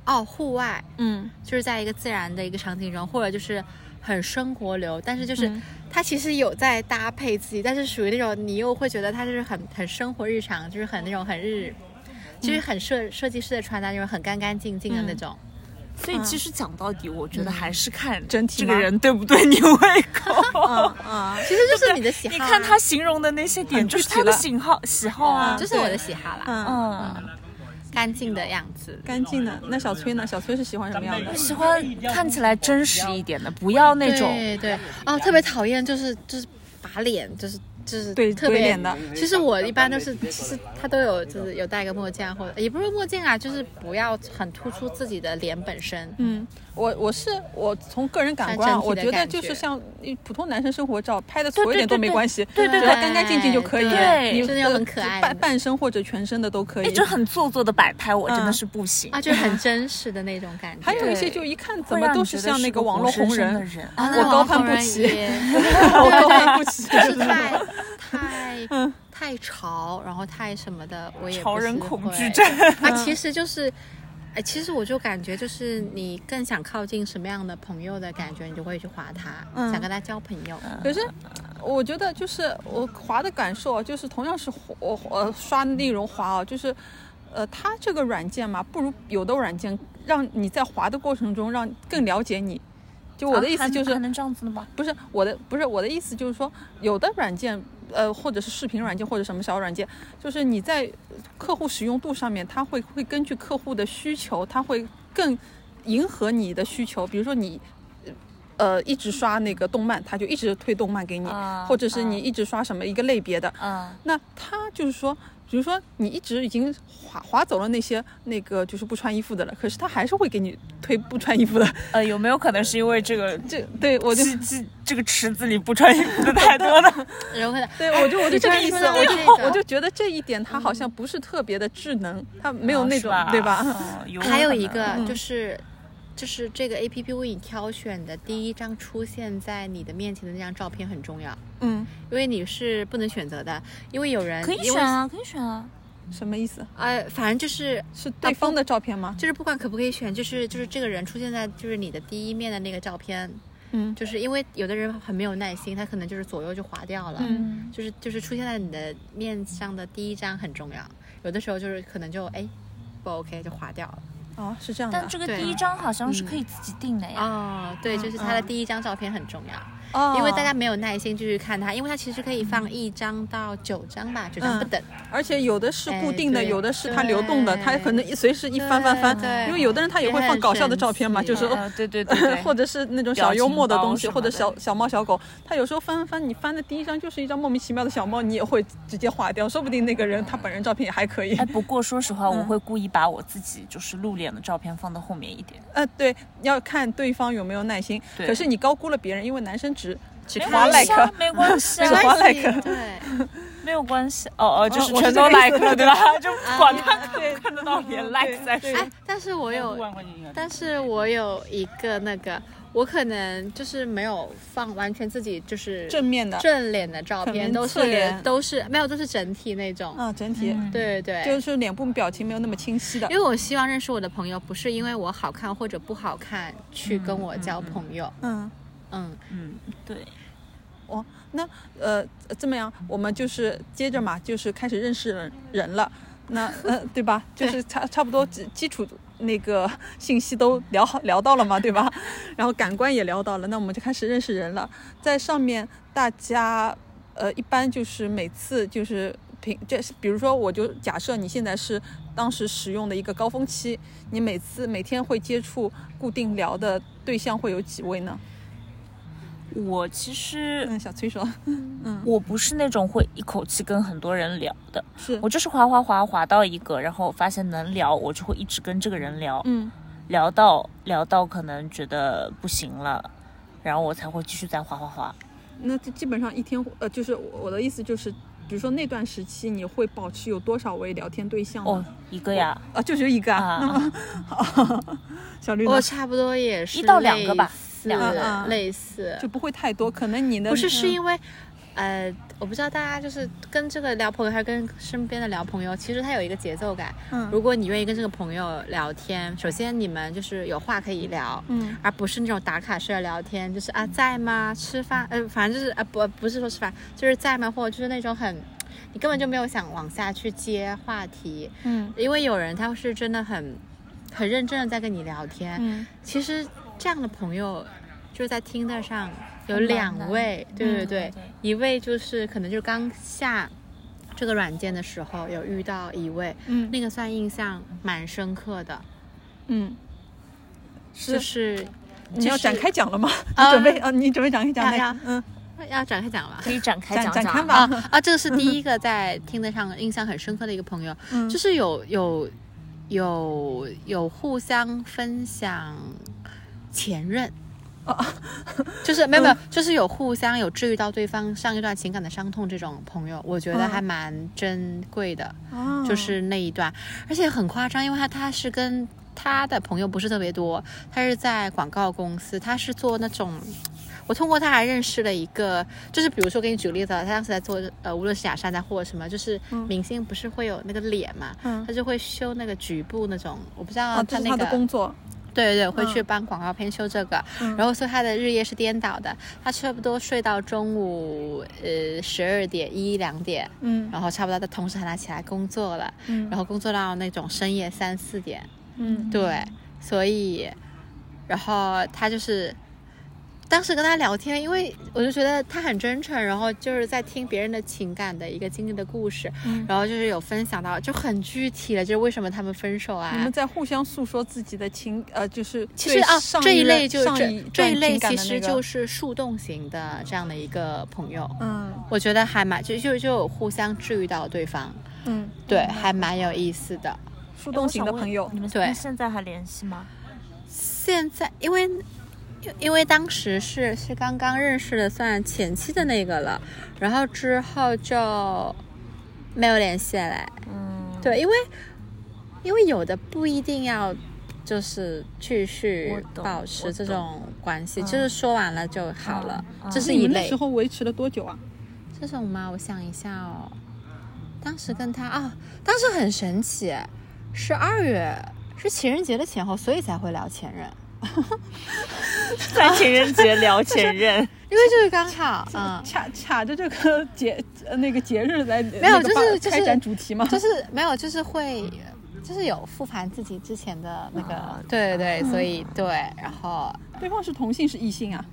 Speaker 2: 哦户外，
Speaker 1: 嗯
Speaker 2: 就是在一个自然的一个场景中，或者就是很生活流，但是就是
Speaker 3: 嗯
Speaker 2: 他其实有在搭配自己，但是属于那种你又会觉得他就是很很生活日常，就是很那种很日，就是很设设计师的穿搭，就是很干干净净的那种。
Speaker 3: 所以其实讲到底，我觉得还是看
Speaker 1: 整体
Speaker 3: 这个
Speaker 1: 吗
Speaker 3: 人对不对你胃口。
Speaker 1: 嗯啊，
Speaker 2: 其实就是你的喜好、啊
Speaker 3: [laughs] 你看他，形容的那些点，
Speaker 1: 很
Speaker 3: 就是
Speaker 1: 具体
Speaker 3: 他的
Speaker 1: 了
Speaker 3: 喜好喜好啊，
Speaker 2: 就是我的喜好啦，
Speaker 1: 嗯，
Speaker 3: 嗯，
Speaker 2: 干净的样子。
Speaker 1: 干净的。那小崔呢？小崔是喜欢什么样的
Speaker 3: 我？喜欢看起来真实一点的，不要那种
Speaker 2: 对对哦，特别讨厌就是就是把脸就是就是
Speaker 1: 对
Speaker 2: 特
Speaker 1: 怼
Speaker 2: 别
Speaker 1: 脸的
Speaker 2: 其实我一般都是，其实他都有就是有戴个墨镜啊，或者也不是墨镜啊，就是不要很突出自己的脸本身。
Speaker 1: 嗯，我我是我从个人感
Speaker 2: 看
Speaker 1: 官啊，
Speaker 2: 整体
Speaker 1: 我
Speaker 2: 的
Speaker 1: 觉得
Speaker 2: 感
Speaker 1: 就是
Speaker 2: 觉
Speaker 1: 像一普通男生生活照，拍的
Speaker 3: 对
Speaker 1: 丑一
Speaker 3: 对
Speaker 1: 点都
Speaker 3: 对
Speaker 1: 没
Speaker 3: 对
Speaker 1: 关系，
Speaker 3: 对对
Speaker 1: 只要干干净净就可以，
Speaker 3: 对
Speaker 1: 你
Speaker 2: 就那种很可爱
Speaker 1: 半半身或者全身的都可
Speaker 3: 哎，
Speaker 1: 以。
Speaker 3: 就很做作的摆拍，我真的
Speaker 1: 嗯
Speaker 3: 是不行。
Speaker 2: 啊，就是很真实的那种感
Speaker 1: [laughs]
Speaker 2: 觉。
Speaker 1: 还有一些
Speaker 3: 对
Speaker 1: 就一看怎
Speaker 3: 会
Speaker 1: 么
Speaker 3: 让
Speaker 1: 都
Speaker 3: 你
Speaker 1: 是
Speaker 3: 觉得
Speaker 1: 像那
Speaker 3: 是
Speaker 1: 个
Speaker 3: 个
Speaker 1: 网
Speaker 3: 活
Speaker 1: 络
Speaker 3: 生
Speaker 1: 红
Speaker 3: 生
Speaker 1: 人
Speaker 3: 的，人
Speaker 2: 啊，
Speaker 1: 我高攀不起 [laughs] 我高攀
Speaker 3: [laughs]
Speaker 1: 不起。 [laughs]
Speaker 2: 就是太太
Speaker 1: 嗯
Speaker 2: 太潮，然后太什么的，我也不
Speaker 3: 潮人
Speaker 2: 是
Speaker 3: 恐
Speaker 2: 会
Speaker 3: 惧症
Speaker 2: [laughs]
Speaker 1: 嗯
Speaker 2: 啊，其实就是。哎，其实我就感觉，就是你更想靠近什么样的朋友的感觉，你就会去划他，
Speaker 1: 嗯
Speaker 2: 想跟他交朋友。
Speaker 1: 可是我觉得就是我滑的感受啊，就是同样是我我刷内容滑啊，就是呃，它这个软件嘛，不如有的软件让你在滑的过程中让更了解你。就我的意思就是
Speaker 3: 还，能这样子的吗？
Speaker 1: 不是我的，不是我的意思，就是说，有的软件，呃，或者是视频软件或者什么小软件，就是你在客户使用度上面，它会会根据客户的需求，它会更迎合你的需求。比如说你，呃，一直刷那个动漫，它就一直推动漫给你，
Speaker 3: 啊
Speaker 1: 或者是你
Speaker 3: 啊
Speaker 1: 一直刷什么一个类别的，
Speaker 3: 嗯，
Speaker 1: 那他就是说，比如说你一直已经划划走了那些那个就是不穿衣服的了，可是他还是会给你推不穿衣服的。
Speaker 3: 呃，有没有可能是因为这个
Speaker 1: 这对我就
Speaker 3: 这这这个池子里不穿衣服的太多
Speaker 1: [laughs]
Speaker 3: 了？
Speaker 2: 然后
Speaker 1: 对，我就我就
Speaker 2: 你
Speaker 1: 哎这个
Speaker 2: 这
Speaker 1: 意
Speaker 2: 个
Speaker 1: 思，我
Speaker 2: 意思对
Speaker 1: 就
Speaker 2: 的
Speaker 1: 我就觉得这一点它好像不是特别的智能，它没有那种
Speaker 3: 嗯啊是
Speaker 1: 对吧？？
Speaker 3: 嗯有
Speaker 2: 还有
Speaker 3: 可
Speaker 2: 一
Speaker 3: 能
Speaker 2: 个
Speaker 1: 嗯
Speaker 2: 就是，就是这个 A P P 为你挑选的第一张出现在你的面前的那张照片很重要，
Speaker 1: 嗯，
Speaker 2: 因为你是不能选择的，因为有人
Speaker 3: 可以
Speaker 2: 因为
Speaker 3: 选啊，可以选啊。
Speaker 1: 什么意思？
Speaker 2: 呃，反正就是
Speaker 1: 是对方的照片吗？
Speaker 2: 就是不管可不可以选，就是就是这个人出现在就是你的第一面的那个照片，
Speaker 1: 嗯
Speaker 2: 就是因为有的人很没有耐心，他可能就是左右就划掉了，
Speaker 1: 嗯
Speaker 2: 就是就是出现在你的面上的第一张很重要，有的时候就是可能就哎不 OK 就划掉了。
Speaker 1: 啊、哦，是这样的
Speaker 3: 但
Speaker 1: 啊。
Speaker 3: 这个
Speaker 2: 对
Speaker 3: 第一张好像
Speaker 1: 嗯
Speaker 3: 是可以自己定的呀。
Speaker 2: 哦，对，就是他的第一张照片很重要，
Speaker 1: 哦，
Speaker 2: 因为大家没有耐心继续看它，因为它其实可以放一张到九张吧，
Speaker 1: 嗯
Speaker 2: 九张不等。
Speaker 1: 而且有的是固定的，
Speaker 2: 哎对
Speaker 1: 有的是它流动的，它可能一随时一翻翻
Speaker 2: 对对
Speaker 1: 翻。因为有的人他也会放搞笑的照片嘛，
Speaker 2: 也很
Speaker 1: 就
Speaker 2: 神
Speaker 1: 是
Speaker 2: 奇
Speaker 1: 哦
Speaker 3: 呃，对对对对，
Speaker 1: 或者是那种小幽默的东西，
Speaker 3: 表情包什么的
Speaker 1: 或者小小猫小狗，他有时候翻翻翻，你翻的第一张就是一张莫名其妙的小猫，你也会直接划掉，说不定那个人他本人照片也还可以
Speaker 3: 哎，。不过说实话，
Speaker 1: 嗯
Speaker 3: 我会故意把我自己就是露脸的照片放到后面一点。
Speaker 1: 呃，对，要看对方有没有耐心。
Speaker 3: 对
Speaker 1: 可是你高估了别人，因为男生只只
Speaker 3: 没
Speaker 1: 划
Speaker 3: 关系
Speaker 1: like，
Speaker 3: 啊，没关系啊，
Speaker 1: 只划 like。
Speaker 2: 对，
Speaker 3: 没有关系。哦哦，就是
Speaker 1: 我是
Speaker 3: 全
Speaker 1: 这
Speaker 3: 都
Speaker 1: 个意
Speaker 3: like
Speaker 1: 思
Speaker 3: 了，对吧？就不管他
Speaker 1: 啊
Speaker 3: 看
Speaker 1: 对
Speaker 3: 不看得到脸
Speaker 1: 嗯
Speaker 3: like 再说
Speaker 1: 对。
Speaker 2: 哎，但是我有
Speaker 3: 万块钱应该
Speaker 2: 但是我有一个那个，我可能就是没有放完全自己就是
Speaker 1: 正面的
Speaker 2: 正脸的照
Speaker 1: 可
Speaker 2: 片，
Speaker 1: 能
Speaker 2: 都
Speaker 1: 侧
Speaker 2: 是
Speaker 1: 脸
Speaker 2: 都是没有，都是整体那种。
Speaker 1: 啊，整体
Speaker 3: 嗯
Speaker 2: 对对，
Speaker 1: 就是脸部表情没有那么清晰的
Speaker 2: 因。为我希望认识我的朋友，不是因为我好看或者不好看去跟我交朋友。
Speaker 1: 嗯，
Speaker 2: 嗯，
Speaker 3: 嗯，对，
Speaker 1: 哦，那呃，这么样，我们就是接着嘛，就是开始认识人人了，那呃，对吧？就是差差不多基基础那个信息都聊好聊到了嘛，对吧？然后感官也聊到了，那我们就开始认识人了。在上面，大家呃，一般就是每次就是。平这，比如说，我就假设你现在是当时使用的一个高峰期，你每次每天会接触固定聊的对象会有几位呢？
Speaker 3: 我其实
Speaker 1: 嗯，小崔说
Speaker 3: 我不是那种会一口气跟很多人聊的，
Speaker 1: 是，
Speaker 3: 我就是滑滑滑滑到一个，然后发现能聊，我就会一直跟这个人聊，
Speaker 1: 嗯，
Speaker 3: 聊到聊到可能觉得不行了，然后我才会继续再滑滑滑。
Speaker 1: 那就基本上一天，呃，就是我我的意思就是，比如说那段时期，你会保持有多少位聊天对象呢？
Speaker 3: 哦，一
Speaker 1: [laughs]
Speaker 3: 个呀，
Speaker 1: 啊，就只有一个啊。
Speaker 3: 啊，
Speaker 1: [laughs] 小绿呢
Speaker 2: 啊嗯我差不多也是
Speaker 3: 一到两个吧
Speaker 2: 类似
Speaker 3: 两
Speaker 1: 个嗯嗯
Speaker 2: 类似，
Speaker 1: 就不会太多，可能你的嗯
Speaker 2: 不是是
Speaker 1: 为
Speaker 2: 因为，呃，我不知道大家就是跟这个聊朋友，还是跟身边的聊朋友，其实它有一个节奏感。
Speaker 1: 嗯
Speaker 2: 如果你愿意跟这个朋友聊天，首先你们就是有话可以聊，
Speaker 1: 嗯
Speaker 2: 而不是那种打卡式的聊天，就是啊在吗？吃饭？呃，反正就是啊不不是说吃饭，就是在吗？或者就是那种很，你根本就没有想往下去接话题，
Speaker 1: 嗯
Speaker 2: 因为有人他是真的很很认真的在跟你聊天，
Speaker 1: 嗯
Speaker 2: 其实这样的朋友，就是在听的上有
Speaker 3: 很难
Speaker 2: 两位，
Speaker 1: 嗯
Speaker 2: 对对对，
Speaker 3: 对
Speaker 2: 一位就是可能就是刚下这个软件的时候有遇到一位，
Speaker 1: 嗯
Speaker 2: 那个算印象蛮深刻的，
Speaker 1: 嗯，
Speaker 2: 就是是
Speaker 1: 你要展开讲了吗？你
Speaker 2: 啊
Speaker 1: 准备啊，你准备展开讲
Speaker 2: 呀
Speaker 1: 哪
Speaker 2: 呀
Speaker 1: 个？嗯，
Speaker 2: 要展开讲了吧。
Speaker 3: 可以展开
Speaker 1: 展
Speaker 3: 讲
Speaker 1: 展开
Speaker 3: 讲
Speaker 1: 吧
Speaker 3: 啊。
Speaker 2: 啊啊！这个是第一个在听得上印象很深刻的一个朋友，
Speaker 1: 嗯
Speaker 2: 就是有有有有互相分享前任，
Speaker 1: 哦
Speaker 2: [laughs] 就是没有
Speaker 1: 嗯
Speaker 2: 没有，就是有互相有治愈到对方上一段情感的伤痛这种朋友，我觉得
Speaker 1: 嗯
Speaker 2: 还蛮珍贵的，
Speaker 1: 啊
Speaker 2: 就是那一段，而且很夸张，因为他他是跟他的朋友不是特别多，他是在广告公司，他是做那种。我通过他还认识了一个，就是比如说给你举个例子啊，他当时在做呃，无论是雅诗兰黛或者什么，就是
Speaker 1: 嗯
Speaker 2: 明星不是会有那个脸嘛，
Speaker 1: 嗯
Speaker 2: 他就会修那个局部那种，我不知
Speaker 1: 啊，
Speaker 2: 道
Speaker 1: 这
Speaker 2: 他
Speaker 1: 是
Speaker 2: 那
Speaker 1: 他
Speaker 2: 个、
Speaker 1: 的工作，
Speaker 2: 对对对，会
Speaker 1: 嗯
Speaker 2: 去帮广告片修这个，
Speaker 1: 嗯
Speaker 2: 然后所以他的日夜是颠倒的，他差不多睡到中午呃十二点一两点，
Speaker 1: 嗯
Speaker 2: 然后差不多他同时喊他起来工作了，
Speaker 1: 嗯
Speaker 2: 然后工作到那种深夜三四点，
Speaker 1: 嗯
Speaker 2: 对，所以然后他就是。当时跟他聊天，因为我就觉得他很真诚，然后就是在听别人的情感的一个经历的故事，
Speaker 1: 嗯
Speaker 2: 然后就是有分享到就很具体了，就是为什么他们分手啊，
Speaker 1: 你们在互相诉说自己的情，呃，就是
Speaker 2: 其实
Speaker 1: 嗯对
Speaker 2: 啊
Speaker 1: 上，
Speaker 2: 这一
Speaker 1: 任
Speaker 2: 类就
Speaker 1: 上
Speaker 2: 这这一
Speaker 1: 段
Speaker 2: 类
Speaker 1: 情感
Speaker 2: 其
Speaker 1: 的
Speaker 2: 实
Speaker 1: 那个
Speaker 2: 就是树洞型的这样的一个朋友，
Speaker 1: 嗯
Speaker 2: 我觉得还蛮就就就有互相治愈到对方，
Speaker 1: 嗯
Speaker 2: 对，还蛮有意思的。
Speaker 1: 树
Speaker 2: 哎
Speaker 3: 哎
Speaker 1: 洞型的朋友
Speaker 3: 你，们
Speaker 2: 对
Speaker 3: 现在还联系吗？
Speaker 2: 现在因为因因为当时是是刚刚认识的，算前期的那个了，然后之后就没有联系了。
Speaker 3: 嗯，
Speaker 2: 对，因为因为有的不一定要就是继续
Speaker 3: 我懂
Speaker 2: 保持这
Speaker 3: 我懂
Speaker 2: 种关系，就是说完了就好了，
Speaker 3: 嗯
Speaker 2: 这是
Speaker 1: 你
Speaker 2: 一
Speaker 1: 们那
Speaker 2: 类
Speaker 1: 时。候维持了多久啊？
Speaker 2: 这种吗？我想一下哦，当时跟他啊、当时很神奇，是二月，是情人节的前后，所以才会聊前任，
Speaker 3: 在情人节聊前任，
Speaker 2: 因为就是刚好，嗯，
Speaker 1: 卡卡着这个节呃那个节日来没
Speaker 2: 嗯有就是就是
Speaker 1: 开展主题嘛，
Speaker 2: 就是没有，就是会就是有复盘自己之前的那个，
Speaker 3: 啊
Speaker 2: 对嗯对对，所以对，然后
Speaker 1: 对方是同性是异性啊？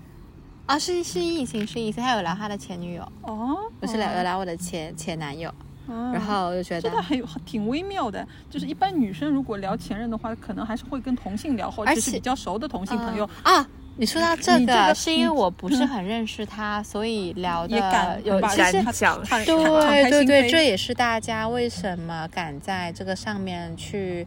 Speaker 2: 啊是是异性是异性，他有聊他的前女友，
Speaker 1: 哦，
Speaker 2: 不是聊有聊我的前前男友，
Speaker 1: 嗯
Speaker 2: 然后我就觉
Speaker 1: 这
Speaker 2: 得
Speaker 1: 个，很有挺微妙的，就是一般女生如果聊前任的话，可能还是会跟同性聊，或者
Speaker 2: 而
Speaker 1: 是
Speaker 2: 且
Speaker 1: 比较熟的同性朋友。
Speaker 2: 啊。你说到这
Speaker 1: 你这
Speaker 2: 个，嗯
Speaker 1: 个
Speaker 2: 是因为
Speaker 1: 你
Speaker 2: 我不是很认识他，所以聊
Speaker 1: 也
Speaker 2: 的
Speaker 1: 敢
Speaker 2: 有
Speaker 1: 把
Speaker 2: 其
Speaker 3: 敢
Speaker 2: 实
Speaker 3: 讲
Speaker 1: 坦
Speaker 3: 是吧
Speaker 1: 坦坦
Speaker 2: 对
Speaker 1: 开
Speaker 2: 对
Speaker 1: 心
Speaker 2: 对，
Speaker 1: 扉
Speaker 2: 这也是大家为什么敢在这个上面去，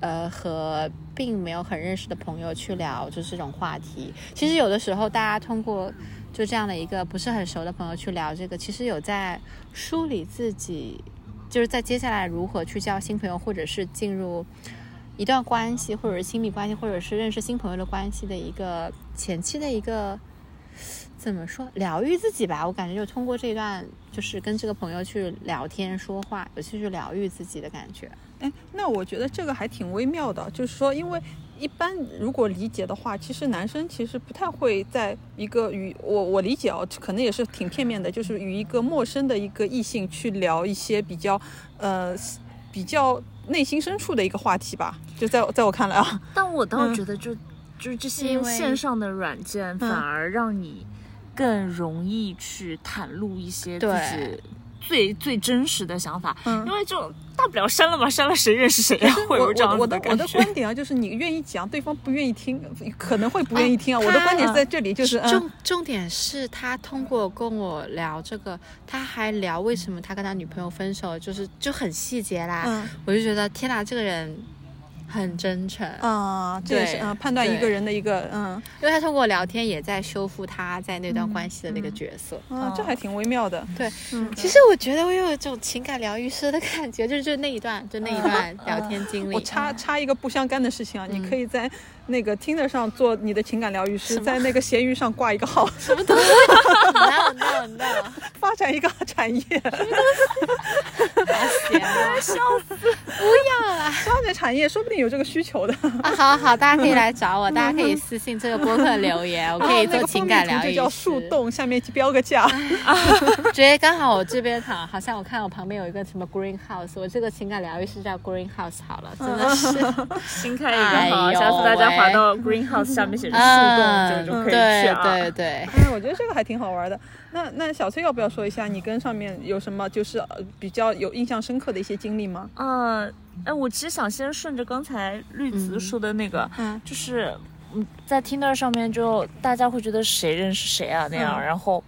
Speaker 2: 呃，和并没有很认识的朋友去聊，就是这种话题。其实有的时候，大家通过就这样的一个不是很熟的朋友去聊这个，其实有在梳理自己，就是在接下来如何去交新朋友，或者是进入。一段关系，或者是亲密关系，或者是认识新朋友的关系的一个前期的一个怎么说疗愈自己吧？我感觉就通过这一段，就是跟这个朋友去聊天说话，尤其是疗愈自己的感觉。
Speaker 1: 哎，那我觉得这个还挺微妙的，就是说，因为一般如果理解的话，其实男生其实不太会在一个与我我理解哦，可能也是挺片面的，就是与一个陌生的一个异性去聊一些比较呃比较内心深处的一个话题吧，就在我在我看来啊，
Speaker 3: [laughs] 但我倒
Speaker 1: 嗯
Speaker 3: 觉得就，就是这
Speaker 2: 因
Speaker 3: 些
Speaker 2: 为
Speaker 3: 线上的软件反而让你更容易去袒露一些自
Speaker 2: 对
Speaker 3: 己最最真实的想法，
Speaker 1: 嗯
Speaker 3: 因为就大不了删了嘛，删了谁认识谁呀、会有这样
Speaker 1: 我
Speaker 3: 子
Speaker 1: 我的我
Speaker 3: 感
Speaker 1: 的
Speaker 3: 觉。
Speaker 1: 观点啊，就是你愿意讲，对方不愿意听，可能会不愿意听啊。
Speaker 2: 啊
Speaker 1: 我的观点
Speaker 3: 他
Speaker 1: 是在这里，就是嗯
Speaker 2: 重重点是他通过跟我聊这个，他还聊为什么他跟他女朋友分手，就是就很细节啦。
Speaker 1: 嗯
Speaker 2: 我就觉得天哪，这个人很真诚，
Speaker 1: 啊，这也是
Speaker 2: 对
Speaker 1: 嗯判断一个
Speaker 2: 对
Speaker 1: 人的一个嗯
Speaker 2: 因为他通过聊天也在修复他在那段关系的那个角色。
Speaker 1: 啊，这还挺微妙的。
Speaker 2: 对，
Speaker 1: 嗯
Speaker 2: 嗯其实我觉得我有一种情感疗愈师的感觉，就是就那一段，就那一段聊天经历。
Speaker 1: 我插插一个不相干的事情啊，你
Speaker 2: 嗯
Speaker 1: 可以在那个 Tinder 上做你的情感疗愈师，
Speaker 2: 什么
Speaker 1: 在那个闲鱼上挂一个号， [laughs]
Speaker 2: 什么东 [laughs] 西？no no no，
Speaker 1: 发展一个产业，
Speaker 2: 好邪啊！笑死，不要啦！
Speaker 1: 发展产业说不定有这个需求的。
Speaker 2: [laughs] 啊，好好，大家可以来找我，大家可以私信这个播客留言，我可
Speaker 1: 哦
Speaker 2: 以
Speaker 1: 那
Speaker 2: 做
Speaker 1: 个
Speaker 2: 情感疗
Speaker 1: 就
Speaker 2: 愈
Speaker 1: 叫树
Speaker 2: 师。
Speaker 1: 洞，下面标个
Speaker 2: [laughs]
Speaker 1: 价。
Speaker 2: 直接刚好我这边好，好像我看我旁边有一个什么 green house，我这个情感疗愈师叫 green house 好了，真的是。
Speaker 3: 新开一
Speaker 2: 哎
Speaker 3: 个号，
Speaker 2: 呦
Speaker 3: 下次大家滑
Speaker 2: 喂
Speaker 3: 到 Greenhouse 下
Speaker 2: [laughs]
Speaker 3: 面写着树洞，
Speaker 2: 嗯，
Speaker 3: 就就可以去
Speaker 2: 对
Speaker 3: 啊。
Speaker 2: 对对，
Speaker 1: 嗯，我觉得这个还挺好玩的。那那小崔要不要说一下你跟上面有什么就是呃比较有印象深刻的一些经历吗？
Speaker 3: 嗯，哎，我其实想先顺着刚才绿
Speaker 2: 嗯
Speaker 3: 子说的那个，
Speaker 2: 啊
Speaker 1: 嗯
Speaker 3: 就是嗯，在 Tinder 上面就大家会觉得谁认识谁啊那样，
Speaker 1: 嗯
Speaker 3: 然后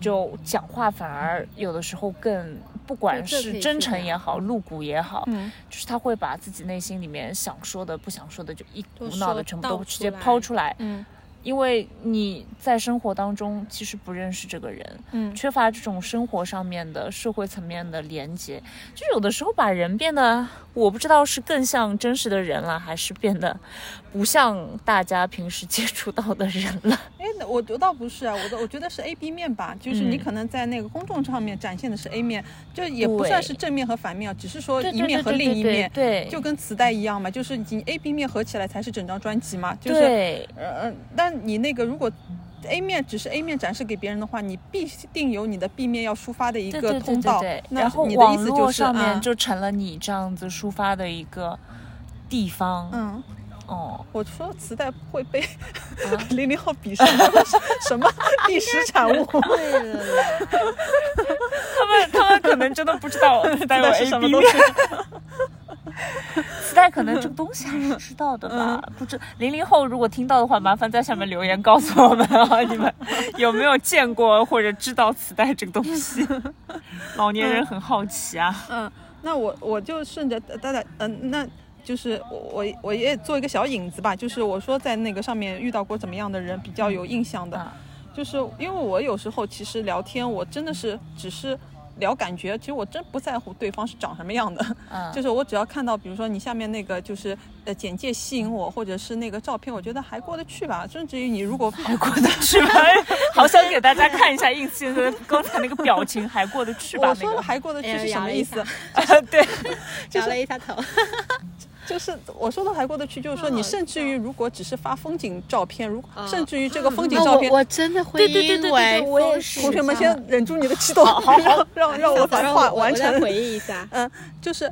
Speaker 3: 就讲话反而有的时候更，不管
Speaker 2: 对这可
Speaker 3: 是
Speaker 2: 以
Speaker 3: 真
Speaker 2: 是
Speaker 3: 诚
Speaker 2: 的
Speaker 3: 也好，露骨也好，
Speaker 1: 嗯
Speaker 3: 就是他会把自己内心里面想说的、不想说的，就一股
Speaker 2: 都
Speaker 3: 脑
Speaker 2: 说
Speaker 3: 的全部
Speaker 2: 倒
Speaker 3: 都直接
Speaker 2: 出来
Speaker 3: 抛出来，
Speaker 1: 嗯
Speaker 3: 因为你在生活当中其实不认识这个人，
Speaker 1: 嗯
Speaker 3: 缺乏这种生活上面的、社会层面的连接，就有的时候把人变得，我不知道是更像真实的人了，还是变得不像大家平时接触到的人
Speaker 1: [laughs]
Speaker 3: 了。
Speaker 1: 哎，那我觉得倒不是啊，我的我觉得是 A B 面吧，就是你
Speaker 3: 嗯
Speaker 1: 可能在那个公众上面展现的是 A 面，就也不
Speaker 3: 对
Speaker 1: 算是正面和反面啊，只是说
Speaker 3: 对
Speaker 1: 一
Speaker 3: 对
Speaker 1: 面
Speaker 3: 对
Speaker 1: 和
Speaker 3: 对
Speaker 1: 另一
Speaker 3: 对
Speaker 1: 面，
Speaker 3: 对，
Speaker 1: 就跟磁带一样嘛，就是你 A B 面合起来才是整张专辑嘛，就是
Speaker 3: 对
Speaker 1: 呃，呃但你那个如果 A 面只是 A 面展示给别人的话，你必定有你的 B 面要抒发的一
Speaker 3: 对
Speaker 1: 个
Speaker 3: 对对
Speaker 1: 通
Speaker 3: 对
Speaker 1: 道。
Speaker 3: 对。
Speaker 1: 那
Speaker 3: 然后
Speaker 1: 你的意
Speaker 3: 网
Speaker 1: 思就
Speaker 3: 络
Speaker 1: 是
Speaker 3: 上面
Speaker 1: 嗯
Speaker 3: 就成了你这样子抒发的一个地方。
Speaker 1: 嗯，
Speaker 3: 哦，
Speaker 1: 我说磁带会被
Speaker 3: 啊
Speaker 1: [laughs] 零零后鄙视，什么历史产
Speaker 3: [laughs]
Speaker 1: 物？
Speaker 2: 对了啦。
Speaker 3: 他们他们可能真的不知
Speaker 1: [laughs]
Speaker 3: 道磁带有
Speaker 1: 那是
Speaker 3: A
Speaker 1: 什么
Speaker 3: B [laughs]
Speaker 1: 东西？
Speaker 3: 磁带可能这个东西还是知道的
Speaker 1: 嗯
Speaker 3: 吧？不知零零后如果听到的话，麻烦在下面留言告诉我们啊，你们有没有见过或者知道磁带这个东
Speaker 1: [laughs]
Speaker 3: 西？老年人很好奇啊。
Speaker 1: 嗯，那我我就顺着呃大家，嗯、那就是我我我也做一个小引子吧，就是我说在那个上面遇到过怎么样的人比较有印象的，
Speaker 3: 啊
Speaker 1: 就是因为我有时候其实聊天，我真的是只是聊感觉，其实我真不在乎对方是长什么样的，
Speaker 3: 嗯
Speaker 1: [laughs] 就是我只要看到，比如说你下面那个就是呃简介吸引我，或者是那个照片，我觉得还过得去吧，甚至于你如果
Speaker 3: 还过得去吗？ [laughs] 好想给大家看一下应庆的刚才那个表情，还过得去吧
Speaker 1: 我？
Speaker 3: 那
Speaker 1: 说
Speaker 3: 个
Speaker 1: 的还过得去
Speaker 2: 哎
Speaker 1: 是
Speaker 2: 呀
Speaker 1: 什么意思
Speaker 2: 摇？
Speaker 1: [laughs]
Speaker 3: 啊对，
Speaker 2: 摇了一下头，
Speaker 1: 就是我说的还过得去，就是说
Speaker 3: 嗯
Speaker 1: 你甚至于如果只是发风景照片，如
Speaker 2: 啊
Speaker 1: 甚至于这个风景
Speaker 2: 那
Speaker 1: 照
Speaker 2: 我
Speaker 1: 片，
Speaker 2: 我真的会
Speaker 3: 对对对
Speaker 2: 因
Speaker 3: 对对
Speaker 2: 为
Speaker 3: 我也
Speaker 2: 风
Speaker 3: 是
Speaker 2: 景
Speaker 1: 同学们
Speaker 2: 上
Speaker 1: 先 [laughs] 忍住你的激动，让让让我把
Speaker 2: 让
Speaker 1: 话
Speaker 2: 我
Speaker 1: 完
Speaker 2: 我再
Speaker 1: 成。
Speaker 2: 回忆一下。
Speaker 1: 嗯，就是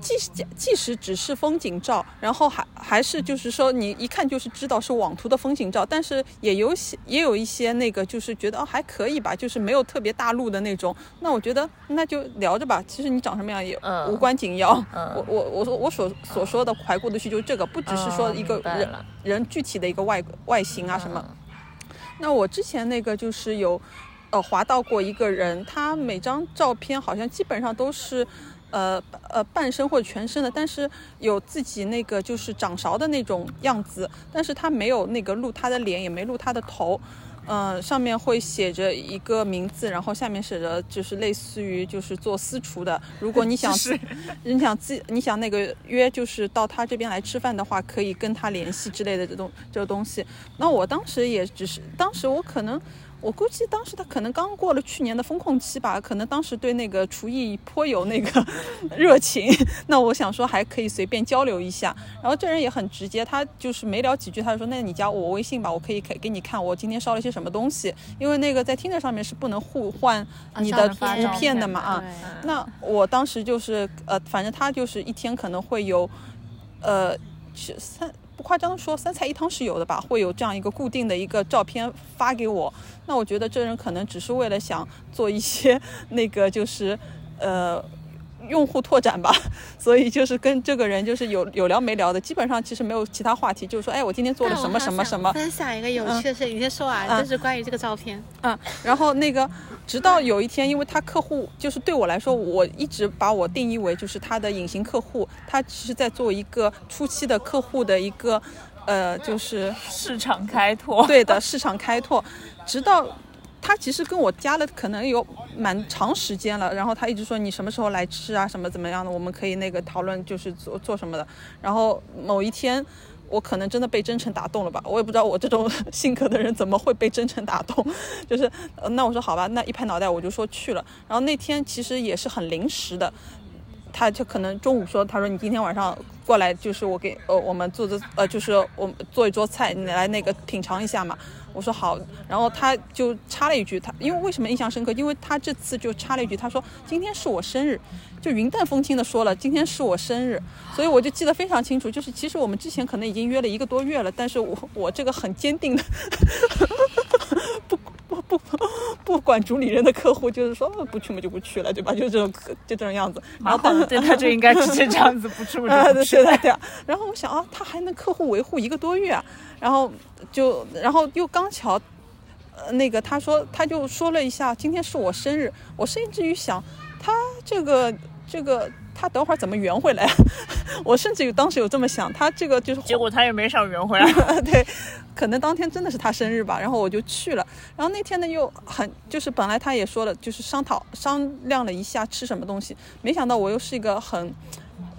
Speaker 1: 即使即使只是风景照，然后还还是就是说你一看就是知道是网图的风景照，但是也有些也有一些那个就是觉得哦还可以吧，就是没有特别大陆的那种。那我觉得那就聊着吧，其实你长什么样也
Speaker 3: 嗯
Speaker 1: 无关紧要。
Speaker 3: 嗯
Speaker 1: 我我我说我所所说的怀过得去就是这个，不只是说一个
Speaker 3: 嗯明白
Speaker 1: 人、
Speaker 3: 了嗯
Speaker 1: 人具体的一个外外形啊什么。那我之前那个就是有，呃，滑到过一个人，他每张照片好像基本上都是，呃呃半身或者全身的，但是有自己那个就是掌勺的那种样子，但是他没有那个露他的脸，也没露他的头。嗯，上面会写着一个名字，然后下面写着就是类似于就是做私厨的。如果
Speaker 3: [laughs]
Speaker 1: 你想，你想自你想那个约就是到他这边来吃饭的话，可以跟他联系之类的这东这个东西。那我当时也只是，当时我可能，我估计当时他可能刚过了去年的风控期吧，可能当时对那个厨艺颇有那个 [laughs] 热情。那我想说还可以随便交流一下。然后这人也很直接，他就是没聊几句，他就说：“那你加我微信吧，我可以给给你看我今天烧了些什么东西。”因为那个在听着上面是不能互换 [laughs] 你的
Speaker 2: 照
Speaker 1: 图
Speaker 2: 片
Speaker 1: 片的嘛啊。
Speaker 2: 对
Speaker 1: 那我当时就是呃，反正他就是一天可能会有，呃，是三不夸张地说三菜一汤是有的吧，会有这样一个固定的一个照片发给我。那我觉得这人可能只是为了想做一些那个就是呃。用户拓展吧，所以就是跟这个人就是有有聊没聊的，基本上其实没有其他话题，就是说，哎，我今天做了
Speaker 2: 但我
Speaker 1: 什么
Speaker 2: 还
Speaker 1: 什么
Speaker 2: 想
Speaker 1: 什么，
Speaker 2: 分享一个有趣的事情，你先说啊，就是关于这个照片。
Speaker 1: 嗯，然后那个，直到有一天，因为他客户就是对我来说，我一直把我定义为就是他的隐形客户，他其实在做一个初期的客户的一个，呃，就是
Speaker 3: 市场开拓，
Speaker 1: 对的市场开拓，直到他其实跟我加了可能有蛮长时间了，然后他一直说你什么时候来吃啊，什么怎么样的，我们可以那个讨论就是做做什么的。然后某一天。我可能真的被真诚打动了吧，我也不知道我这种 [laughs] 性格的人怎么会被真诚打动，就是，呃那我说好吧，那一拍脑袋我就说去了。然后那天其实也是很临时的，他就可能中午说，他说你今天晚上过来，就是我给呃我们做的呃就是我们做一桌菜，你来那个品尝一下嘛。我说好，然后他就插了一句，他因为为什么印象深刻？因为他这次就插了一句，他说今天是我生日，就云淡风轻的说了今天是我生日，所以我就记得非常清楚。就是其实我们之前可能已经约了一个多月了，但是我我这个很坚定的不不不不管主理人的客户，就是说呃不去嘛就不去了，对吧？就这种就这种样子。然
Speaker 3: 蛮
Speaker 1: 后
Speaker 3: 好的，对他就应该直接这样子，不吃不
Speaker 1: [laughs] 啊，
Speaker 3: 吃不
Speaker 1: 对
Speaker 3: 吃
Speaker 1: 对。对对啊。然后我想啊，他还能客户维护一个多月啊，然后就然后又刚巧，呃，那个他说他就说了一下，今天是我生日，我甚至于想他这个这个。他等会儿怎么圆回来啊？ [laughs] 我甚至于当时有这么想，他这个就是
Speaker 3: 结果他也没少圆回来，
Speaker 1: 对，可能当天真的是他生日吧，然后我就去了。然后那天呢又很就是本来他也说了，就是商讨商量了一下吃什么东西，没想到我又是一个很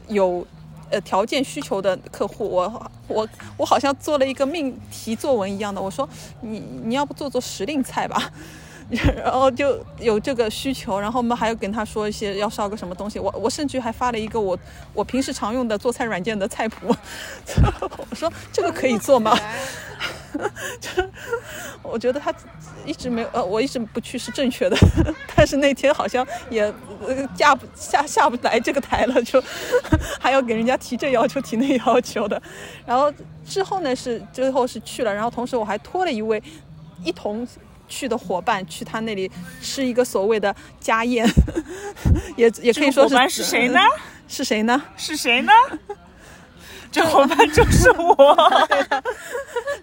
Speaker 1: 有。呃，条件需求的客户，我我我好像做了一个命题作文一样的。我说你你要不做做时令菜吧， [laughs] 然后就有这个需求，然后我们还有跟他说一些要烧个什么东西。我我甚至还发了一个我我平时常用的做菜软件的菜谱， [laughs] 我说这个可以做吗？ [laughs] 我觉得他一直没有，呃，我一直不去是正确的， [laughs] 但是那天好像也、呃、下不下下不来这个台了，就 [laughs] 还要给人家提这要求提那要求的。然后之后呢是最后是去了，然后同时我还托了一位一同去的伙伴去他那里吃一个所谓的家宴， [laughs] 也也可以说
Speaker 3: 这个伙伴
Speaker 1: 是呃
Speaker 3: 是谁呢？
Speaker 1: 是谁呢？
Speaker 3: 是
Speaker 1: [laughs]
Speaker 3: 谁呢？这伙伴就是我，
Speaker 1: 啊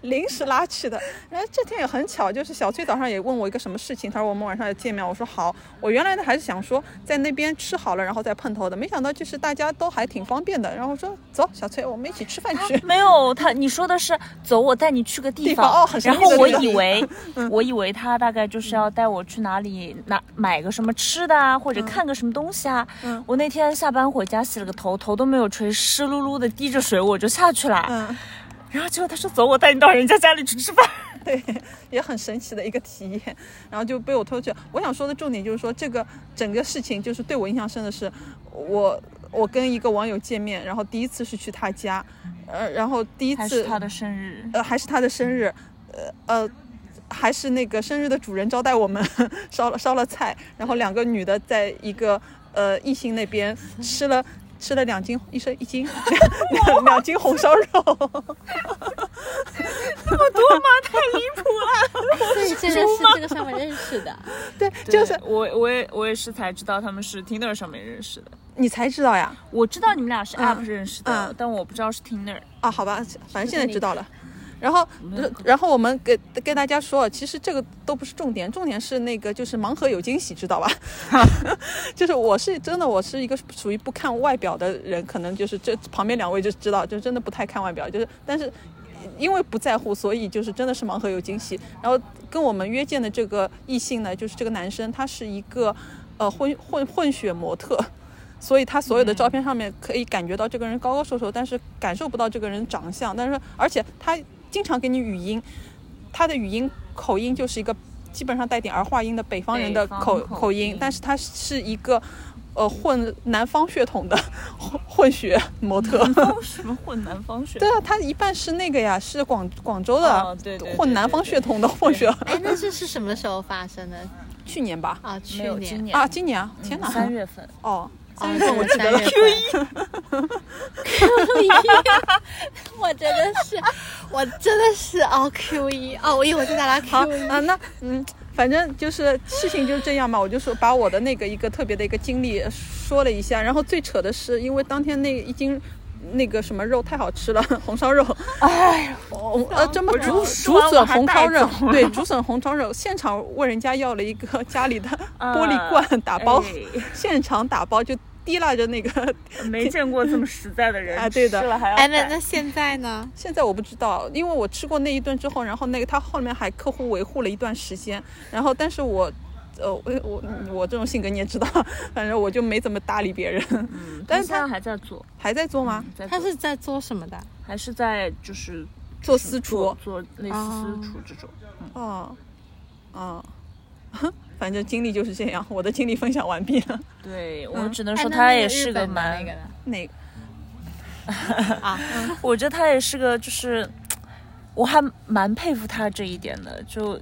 Speaker 1: 临时拉去的。然后这天也很巧，就是小崔早上也问我一个什么事情，他说我们晚上要见面，我说好。我原来呢还是想说在那边吃好了，然后再碰头的，没想到就是大家都还挺方便的。然后说走，小崔，我们一起吃饭
Speaker 3: [laughs]
Speaker 1: 去。 [laughs]
Speaker 3: 没有他。你说的是走，我带你去个地
Speaker 1: 地方哦很神
Speaker 3: 然
Speaker 1: 秘
Speaker 3: 后
Speaker 1: 的
Speaker 3: 我
Speaker 1: 地方嗯
Speaker 3: 以为，我以为他大概就是要带我去哪里拿买个什么吃的啊，或者看个什么东西啊。
Speaker 1: 嗯
Speaker 3: 我那天下班回家洗了个头，头都没有吹，湿漉漉的，滴着水，我就下去了。
Speaker 1: 嗯，
Speaker 3: 然后结果他说走，我带你到人家家里去吃饭。
Speaker 1: 对，也很神奇的一个体验，然后就被我拖去。我想说的重点就是说，这个整个事情就是对我印象深的是，我我跟一个网友见面，然后第一次是去他家，呃，然后第一
Speaker 3: 还
Speaker 1: 次
Speaker 3: 是他的生日，
Speaker 1: 呃，还是他的生日，呃呃，还是那个生日的主人招待我们， [laughs] 烧了烧了菜，然后两个女的在一个呃异性那边吃了吃了两斤一升一斤两两斤红烧肉， [laughs]
Speaker 4: 所以这个是这个上面认识的，
Speaker 1: 对，就是
Speaker 3: 我我也我也是才知道他们是 Tinder 上面认识的。
Speaker 1: 你才知道呀。
Speaker 3: 我知道你们俩是
Speaker 1: 嗯
Speaker 3: App 认识的，
Speaker 1: 嗯
Speaker 3: 但我不知道是 Tinder。
Speaker 1: 啊，好吧，反正现在知道了。然后，呃然后我们给跟大家说，其实这个都不是重点，重点是那个就是盲盒有惊喜，知道吧？ [laughs] 就是我是真的，我是一个属于不看外表的人，可能就是这旁边两位就知道，就真的不太看外表，就是但是因为不在乎，所以就是真的是盲盒有惊喜。然后跟我们约见的这个异性呢，就是这个男生，他是一个呃混混混血模特，所以他所有的照片上面可以感觉到这个人高高瘦瘦，但是感受不到这个人长相。但是而且他经常给你语音，他的语音口音就是一个基本上带点儿化音的北方人的
Speaker 3: 北方
Speaker 1: 口
Speaker 3: 口
Speaker 1: 口音
Speaker 3: 音，
Speaker 1: 但是他是一个。呃，混南方血统的 [laughs] 混混血模
Speaker 3: [laughs]
Speaker 1: 特，
Speaker 3: 哦，什么混南方血？
Speaker 1: 对啊，他一半是那个呀，是广广州的，
Speaker 3: 哦对对对
Speaker 1: 混南方血统的混血，
Speaker 4: 哎，那这是什么时候发生的
Speaker 1: 去年吧，
Speaker 4: 啊？去
Speaker 3: 没有今
Speaker 4: 年
Speaker 3: 年
Speaker 1: 啊，今年啊，天哪，
Speaker 3: 三月份，
Speaker 4: 哦
Speaker 1: 哦，三月份我记得了，
Speaker 4: Q 一，Q
Speaker 2: [laughs]
Speaker 4: 一，我真的是，我真的是哦 Q 一哦，我一会儿再打来
Speaker 1: 好
Speaker 4: Q 一。
Speaker 1: [laughs] 啊，那嗯，反正就是事情就是这样嘛，我就说把我的那个一个特别的一个经历说了一下，然后最扯的是，因为当天那一斤那个什么肉太好吃了， [laughs] 红烧肉，哦，呃，这么
Speaker 3: 哎我
Speaker 1: 竹
Speaker 3: 就
Speaker 1: 竹笋红烧肉
Speaker 3: 我还带，走
Speaker 1: 对，竹笋红烧肉，现场问人家要了一个 [laughs] 家里的玻璃罐打包，
Speaker 3: 啊哎
Speaker 1: 现场打包就提拉着那个，
Speaker 3: 没见过这么实在的人
Speaker 1: 啊对的
Speaker 3: 吃了还要
Speaker 2: 哎，那
Speaker 3: 带
Speaker 2: 那现在呢？
Speaker 1: 现在我不知道，因为我吃过那一顿之后，然后那个他后面还客户维护了一段时间，然后但是我。呃，我我我这种性格你也知道， [laughs] 反正我就没怎么搭理别人。 [laughs]
Speaker 3: 嗯
Speaker 1: 但是
Speaker 3: 现
Speaker 1: 他
Speaker 3: 在还在做，
Speaker 1: 还在做吗？
Speaker 3: 嗯在
Speaker 2: 他
Speaker 3: 做
Speaker 2: 是在做什么的？
Speaker 3: 还是在就是
Speaker 1: 做私厨
Speaker 3: 做。做类似私厨这种。
Speaker 1: 哦，哦， [laughs] 反正经历就是这样。我的经历分享完毕了。
Speaker 3: 对我
Speaker 1: 嗯
Speaker 3: 只能
Speaker 2: 哎
Speaker 3: 说
Speaker 2: 那
Speaker 3: 他
Speaker 2: 那
Speaker 3: 也
Speaker 2: 个
Speaker 3: 是
Speaker 2: 日
Speaker 3: 个
Speaker 2: 本的
Speaker 3: 蛮
Speaker 2: 那个呢
Speaker 1: 那个
Speaker 2: 啊，
Speaker 3: 我觉得他也是个，就是我还蛮佩服他这一点的，就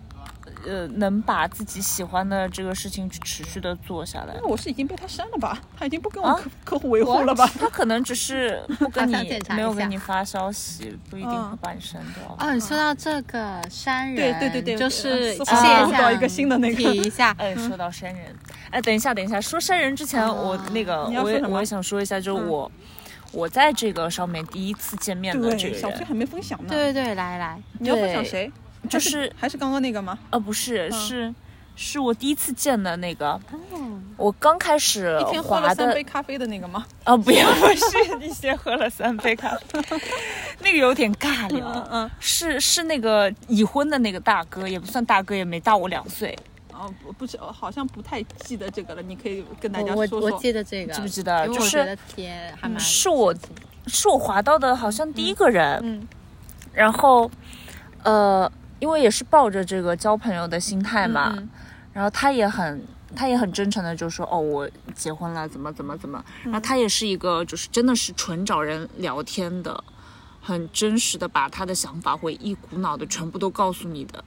Speaker 3: 呃能把自己喜欢的这个事情去持续的做下来
Speaker 1: 那。我是已经被他删了吧？他已经不跟我
Speaker 3: 啊
Speaker 1: 客客户维护了吧？
Speaker 3: 他可能只是不跟
Speaker 4: 好想
Speaker 3: 你
Speaker 4: 检查一下
Speaker 3: 没有给你发消息，不一定
Speaker 1: 嗯
Speaker 3: 会把你删掉。
Speaker 2: 哦，你说到这个山
Speaker 1: 对
Speaker 2: 人，
Speaker 1: 对对对，
Speaker 2: 就是
Speaker 1: 似乎
Speaker 2: 现
Speaker 1: 又
Speaker 2: 象
Speaker 1: 遇到一个新的那
Speaker 2: [laughs] 提
Speaker 1: 个。
Speaker 2: 一
Speaker 4: [laughs]
Speaker 2: 下，
Speaker 3: 哎，
Speaker 1: 嗯
Speaker 3: 说到删人，哎，等一下，等一下，说删人之前，我那个
Speaker 1: 啊你要
Speaker 3: 我
Speaker 1: 说
Speaker 3: 也
Speaker 1: 什么
Speaker 3: 我也想说一下，就是
Speaker 1: 嗯
Speaker 3: 我我在这个上面第一次见面的这
Speaker 1: 对，
Speaker 3: 个
Speaker 1: 小崔
Speaker 3: 人，
Speaker 1: 还没分享呢。，
Speaker 2: 对对对，来来，
Speaker 1: 你要分享
Speaker 3: 对
Speaker 1: 谁？还
Speaker 3: 就是
Speaker 1: 还是刚刚那个吗？
Speaker 3: 呃不是
Speaker 1: 嗯哦
Speaker 3: 是是我第一次见的那个，我刚开始
Speaker 1: 一天喝
Speaker 3: 滑
Speaker 1: 了三
Speaker 3: 呃的
Speaker 1: 杯咖啡的那个
Speaker 3: [laughs]
Speaker 1: 吗？
Speaker 3: 啊，不要，不
Speaker 1: [laughs]
Speaker 3: 是一先喝了三杯咖啡，那个有点尬
Speaker 1: 嗯
Speaker 3: 聊。
Speaker 1: 嗯。
Speaker 3: 是是那个已婚的那个大哥，也不算大哥，也没大我两岁，
Speaker 1: 哦，不不是，好像不太记得这个了，你可以跟大家
Speaker 4: 我
Speaker 1: 说
Speaker 4: 我
Speaker 1: 说。
Speaker 4: 我记得这个，
Speaker 3: 记不记得？
Speaker 4: 嗯因为
Speaker 3: 就
Speaker 4: 我觉
Speaker 3: 是
Speaker 4: 得贴
Speaker 2: 嗯
Speaker 4: 还蛮
Speaker 3: 是我是我滑到的，好像第一个人。
Speaker 1: 嗯
Speaker 3: 然后，呃，因为也是抱着这个交朋友的心态嘛，
Speaker 1: 嗯
Speaker 3: 然后他也很。他也很真诚的就说哦，我结婚了，怎么怎么怎么。
Speaker 4: 嗯
Speaker 3: 然后他也是一个，就是真的是纯找人聊天的，很真实的把他的想法会一股脑的全部都告诉你的，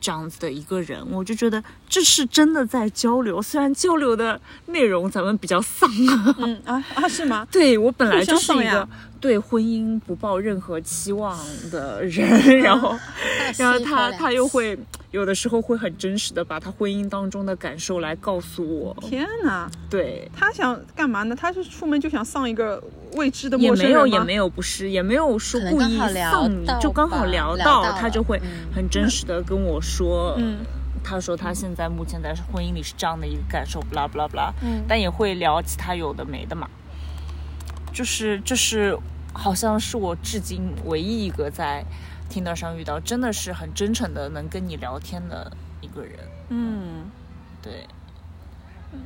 Speaker 3: 这样子的一个人，我就觉得这是真的在交流。虽然交流的内容咱们比较丧啊，
Speaker 1: 嗯啊啊是吗？
Speaker 3: 对我本来
Speaker 1: 互相
Speaker 3: 就是
Speaker 1: 放
Speaker 3: 一
Speaker 1: 呀
Speaker 3: 个对婚姻不抱任何期望的人， [laughs] 然后。
Speaker 4: 大西
Speaker 3: 然后
Speaker 4: 头
Speaker 3: 他
Speaker 4: 嘞
Speaker 3: 他又会有的时候会很真实的把他婚姻当中的感受来告诉我，
Speaker 1: 天哪，
Speaker 3: 对，
Speaker 1: 他想干嘛呢？他是出门就想上一个未知的
Speaker 3: 也
Speaker 1: 陌生
Speaker 3: 没
Speaker 1: 人吗
Speaker 3: 有也没有不是，也没有说
Speaker 4: 可能
Speaker 3: 故
Speaker 4: 刚
Speaker 3: 意
Speaker 4: 好聊
Speaker 3: 丧你
Speaker 4: 到，
Speaker 3: 就刚
Speaker 4: 吧
Speaker 3: 好聊
Speaker 4: 聊
Speaker 3: 到，
Speaker 4: 到
Speaker 3: 他
Speaker 4: 了
Speaker 3: 就会
Speaker 4: 嗯
Speaker 3: 很真实的跟我说，
Speaker 1: 嗯
Speaker 3: 他说他现在目前在婚姻里是这样的一个感受，不啦不啦不啦，
Speaker 1: 嗯
Speaker 3: 但也会聊其他有的没的嘛，就是这是好像是我至今唯一一个在听到上遇到真的是很真诚的能跟你聊天的一个人，
Speaker 1: 嗯，
Speaker 3: 对。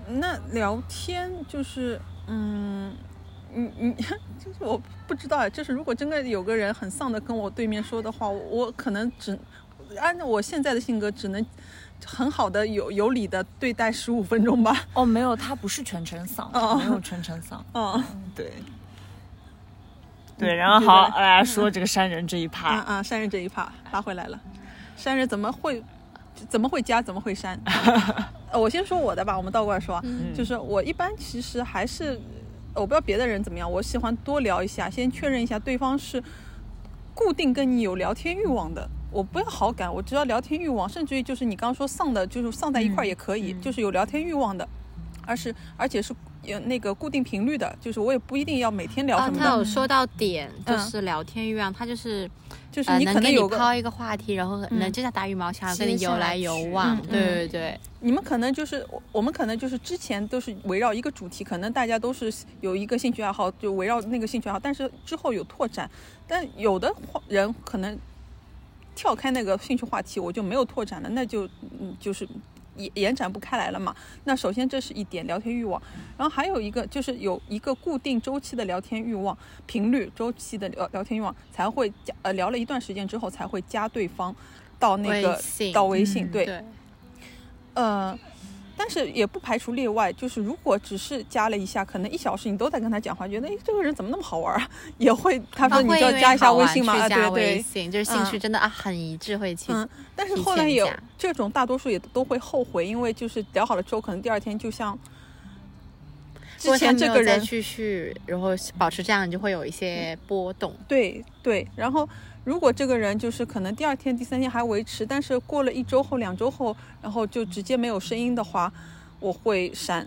Speaker 1: 那聊天就是嗯。你你 [laughs] 就是我不知道啊，就是如果真的有个人很丧的跟我对面说的话，我我可能只按照我现在的性格，只能很好的有有理的对待十五分钟吧。
Speaker 3: 哦，没有，他不是全程嗓，
Speaker 1: 哦
Speaker 3: 没有全程嗓。
Speaker 1: 嗯
Speaker 3: 对，对，然后
Speaker 1: 觉
Speaker 3: 好
Speaker 1: 得
Speaker 3: 来说这个山人这一
Speaker 1: 啊
Speaker 3: 趴，
Speaker 1: 啊，删人这一趴拉回来了，删人怎么会怎么会加怎么会 [laughs] 删？
Speaker 2: 嗯
Speaker 1: 呃我先说我的吧，我们倒过来说啊，就是我一般其实还是我不知道别的人怎么样，我喜欢多聊一下，先确认一下对方是固定跟你有聊天欲望的。我不要好感，我只要聊天欲望，甚至于就是你刚刚说丧的，就是丧在一
Speaker 2: 嗯
Speaker 1: 块儿也可以，就是有聊天欲望的，而是而且是有那个固定频率的，就是我也不一定要每天聊
Speaker 2: 啊
Speaker 1: 什，么的，
Speaker 2: 他有说到点，就
Speaker 1: 嗯
Speaker 2: 是聊天欲望，他就是
Speaker 1: 就是
Speaker 2: 呃
Speaker 1: 你
Speaker 2: 能
Speaker 1: 可
Speaker 2: 给
Speaker 1: 能
Speaker 2: 你
Speaker 1: 有个
Speaker 2: 抛一个话题，然后能就像打羽毛球，跟你
Speaker 4: 接下
Speaker 2: 游来
Speaker 4: 来
Speaker 2: 游
Speaker 4: 去
Speaker 2: 往，
Speaker 1: 嗯嗯
Speaker 2: 对对对。
Speaker 1: 你们可能就是我我们可能就是之前都是围绕一个主题，可能大家都是有一个兴趣爱好，就围绕那个兴趣爱好，但是之后有拓展，但有的话人可能跳开那个兴趣话题，我就没有拓展了，那就嗯就是延延展不开来了嘛。那首先这是一点聊天欲望，然后还有一个就是有一个固定周期的聊天欲望频率周期的聊聊天欲望才会加呃聊了一段时间之后才会加对方到那个
Speaker 2: 微信
Speaker 1: 到微信、
Speaker 3: 嗯
Speaker 1: 对。呃，但是也不排除例外，就是如果只是加了一下，可能一小时你都在跟他讲话，觉得哎这个人怎么那么好玩儿啊， [laughs] 也会他说
Speaker 2: 啊
Speaker 1: 你
Speaker 2: 会
Speaker 1: 就
Speaker 2: 因为
Speaker 1: 加一下
Speaker 2: 好
Speaker 1: 微
Speaker 2: 玩
Speaker 1: 信嘛，
Speaker 2: 去
Speaker 1: 啊
Speaker 2: 加
Speaker 1: 对
Speaker 2: 微
Speaker 1: 对。
Speaker 2: 信，就是兴趣
Speaker 1: 嗯
Speaker 2: 真的啊很一致，会去
Speaker 1: 嗯，但是
Speaker 2: 提
Speaker 1: 后来
Speaker 2: 前
Speaker 1: 有
Speaker 2: 加
Speaker 1: 这种大多数也都会后悔，因为就是聊好了之后，可能第二天就像
Speaker 2: 如
Speaker 1: 之
Speaker 2: 果他
Speaker 1: 前
Speaker 2: 没
Speaker 1: 这
Speaker 2: 有
Speaker 1: 个
Speaker 2: 再
Speaker 1: 人
Speaker 2: 继续，然后保持这样，你就会有一些波动。
Speaker 1: 对对，然后如果这个人就是可能第二天、第三天还维持，但是过了一周后、两周后，然后就直接没有声音的话，我会删，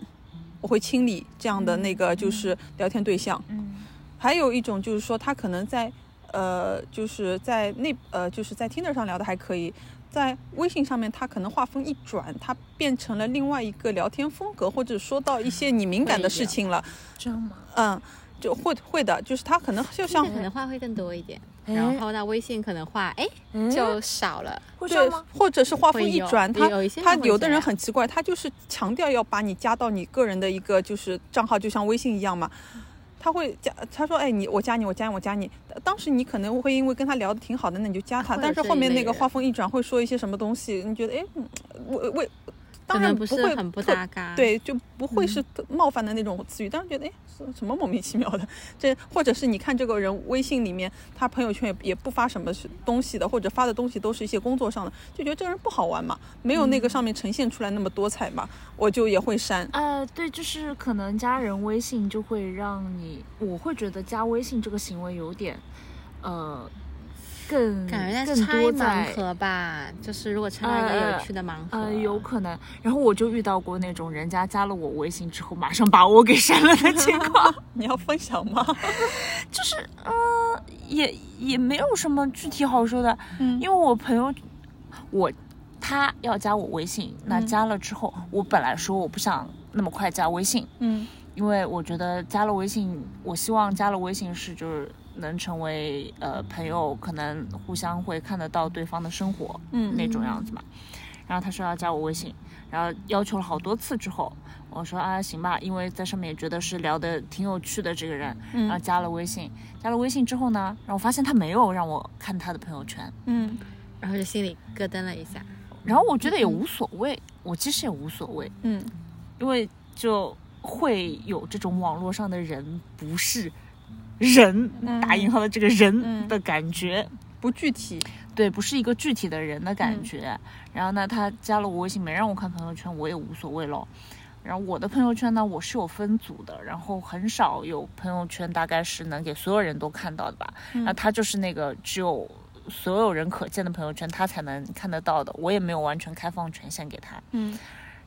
Speaker 1: 我会清理这样的那个就是聊天对象。
Speaker 3: 嗯，
Speaker 1: 还有一种就是说，他可能在呃，就是在那呃，就是在 Tinder 上聊的还可以，在微信上面他可能画风一转，他变成了另外一个聊天风格，或者说到一些你敏感的
Speaker 2: 会
Speaker 1: 事
Speaker 2: 有
Speaker 1: 情了，
Speaker 3: 这样吗？
Speaker 1: 嗯，就会会的，就是他可能就像
Speaker 2: 那可能话会更多一点，
Speaker 1: 哎
Speaker 2: 然后到微信可能话哎
Speaker 1: 嗯
Speaker 2: 就少了。
Speaker 3: 会这
Speaker 1: 对
Speaker 3: 样吗？，
Speaker 1: 或者是画风
Speaker 2: 会
Speaker 1: 一
Speaker 2: 有
Speaker 1: 转，他
Speaker 2: 有一些
Speaker 1: 他
Speaker 2: 人会
Speaker 1: 有
Speaker 2: 这
Speaker 1: 的人
Speaker 2: 样
Speaker 1: 很奇怪，他就是强调要把你加到你个人的一个就是账号，就像微信一样嘛。他会加，他说：“哎，你我加你，我加你，我加你。”当时你可能会因为跟他聊的挺好的，那你就加他。
Speaker 2: 会有
Speaker 1: 但是
Speaker 2: 这
Speaker 1: 后
Speaker 2: 一
Speaker 1: 面
Speaker 2: 类
Speaker 1: 那个
Speaker 2: 人
Speaker 1: 话锋一转，会说一些什么东西，你觉得哎，嗯我我
Speaker 2: 可
Speaker 1: 当然
Speaker 2: 能不是
Speaker 1: 会
Speaker 2: 很不
Speaker 1: 特
Speaker 2: 搭嘎，，
Speaker 1: 对，就不会是冒犯的那种词语。当时觉得，哎，什什么莫名其妙的？这或者是你看这个人微信里面，他朋友圈也也不发什么是东西的，或者发的东西都是一些工作上的，就觉得这个人不好玩嘛，没有那个上面呈现出来那么多彩嘛，我就也会删。
Speaker 3: 呃，对，就是可能加人微信就会让你，我会觉得加微信这个行为有点，呃，更
Speaker 2: 感觉在
Speaker 3: 更
Speaker 2: 拆
Speaker 3: 多
Speaker 2: 盲
Speaker 3: 在
Speaker 2: 盒吧，就是如果拆到一
Speaker 1: 啊
Speaker 2: 个有趣的盲盒
Speaker 3: 呃，，有可能。然后我就遇到过那种人家加了我微信之后，马上把我给删了的情况，
Speaker 1: 你要分享吗？
Speaker 3: 就是嗯、呃， [laughs] 也也没有什么具体好说的，
Speaker 1: 嗯
Speaker 3: 因为我朋友，我他要加我微信，那
Speaker 1: 嗯
Speaker 3: 加了之后，我本来说我不想那么快加微信，
Speaker 1: 嗯
Speaker 3: 因为我觉得加了微信，我希望加了微信是就是能成为呃朋友，可能互相会看得到对方的生活，
Speaker 1: 嗯
Speaker 3: 那种样子嘛。然后他说要加我微信，然后要求了好多次之后，我说啊行吧，因为在上面也觉得是聊得挺有趣的这个人，然后
Speaker 1: 嗯
Speaker 3: 加了微信，加了微信之后呢，然后我发现他没有让我看他的朋友圈，
Speaker 1: 嗯
Speaker 2: 然后就心里咯噔了一下。
Speaker 3: 然后我觉得也无所谓，我其实也无所谓，
Speaker 1: 嗯，
Speaker 3: 因为就会有这种网络上的人不是人，
Speaker 1: 嗯
Speaker 3: 打引号的这个人
Speaker 1: 嗯
Speaker 3: 的感觉，
Speaker 1: 不具体。
Speaker 3: 对，不是一个具体的人的
Speaker 1: 嗯
Speaker 3: 感觉。然后呢，他加了我微信，没让我看朋友圈，我也无所谓咯。然后我的朋友圈呢，我是有分组的，然后很少有朋友圈，大概是能给所有人都看到的吧。
Speaker 1: 嗯
Speaker 3: 然后他就是那个只有所有人可见的朋友圈，他才能看得到的。我也没有完全开放权限给他。
Speaker 1: 嗯，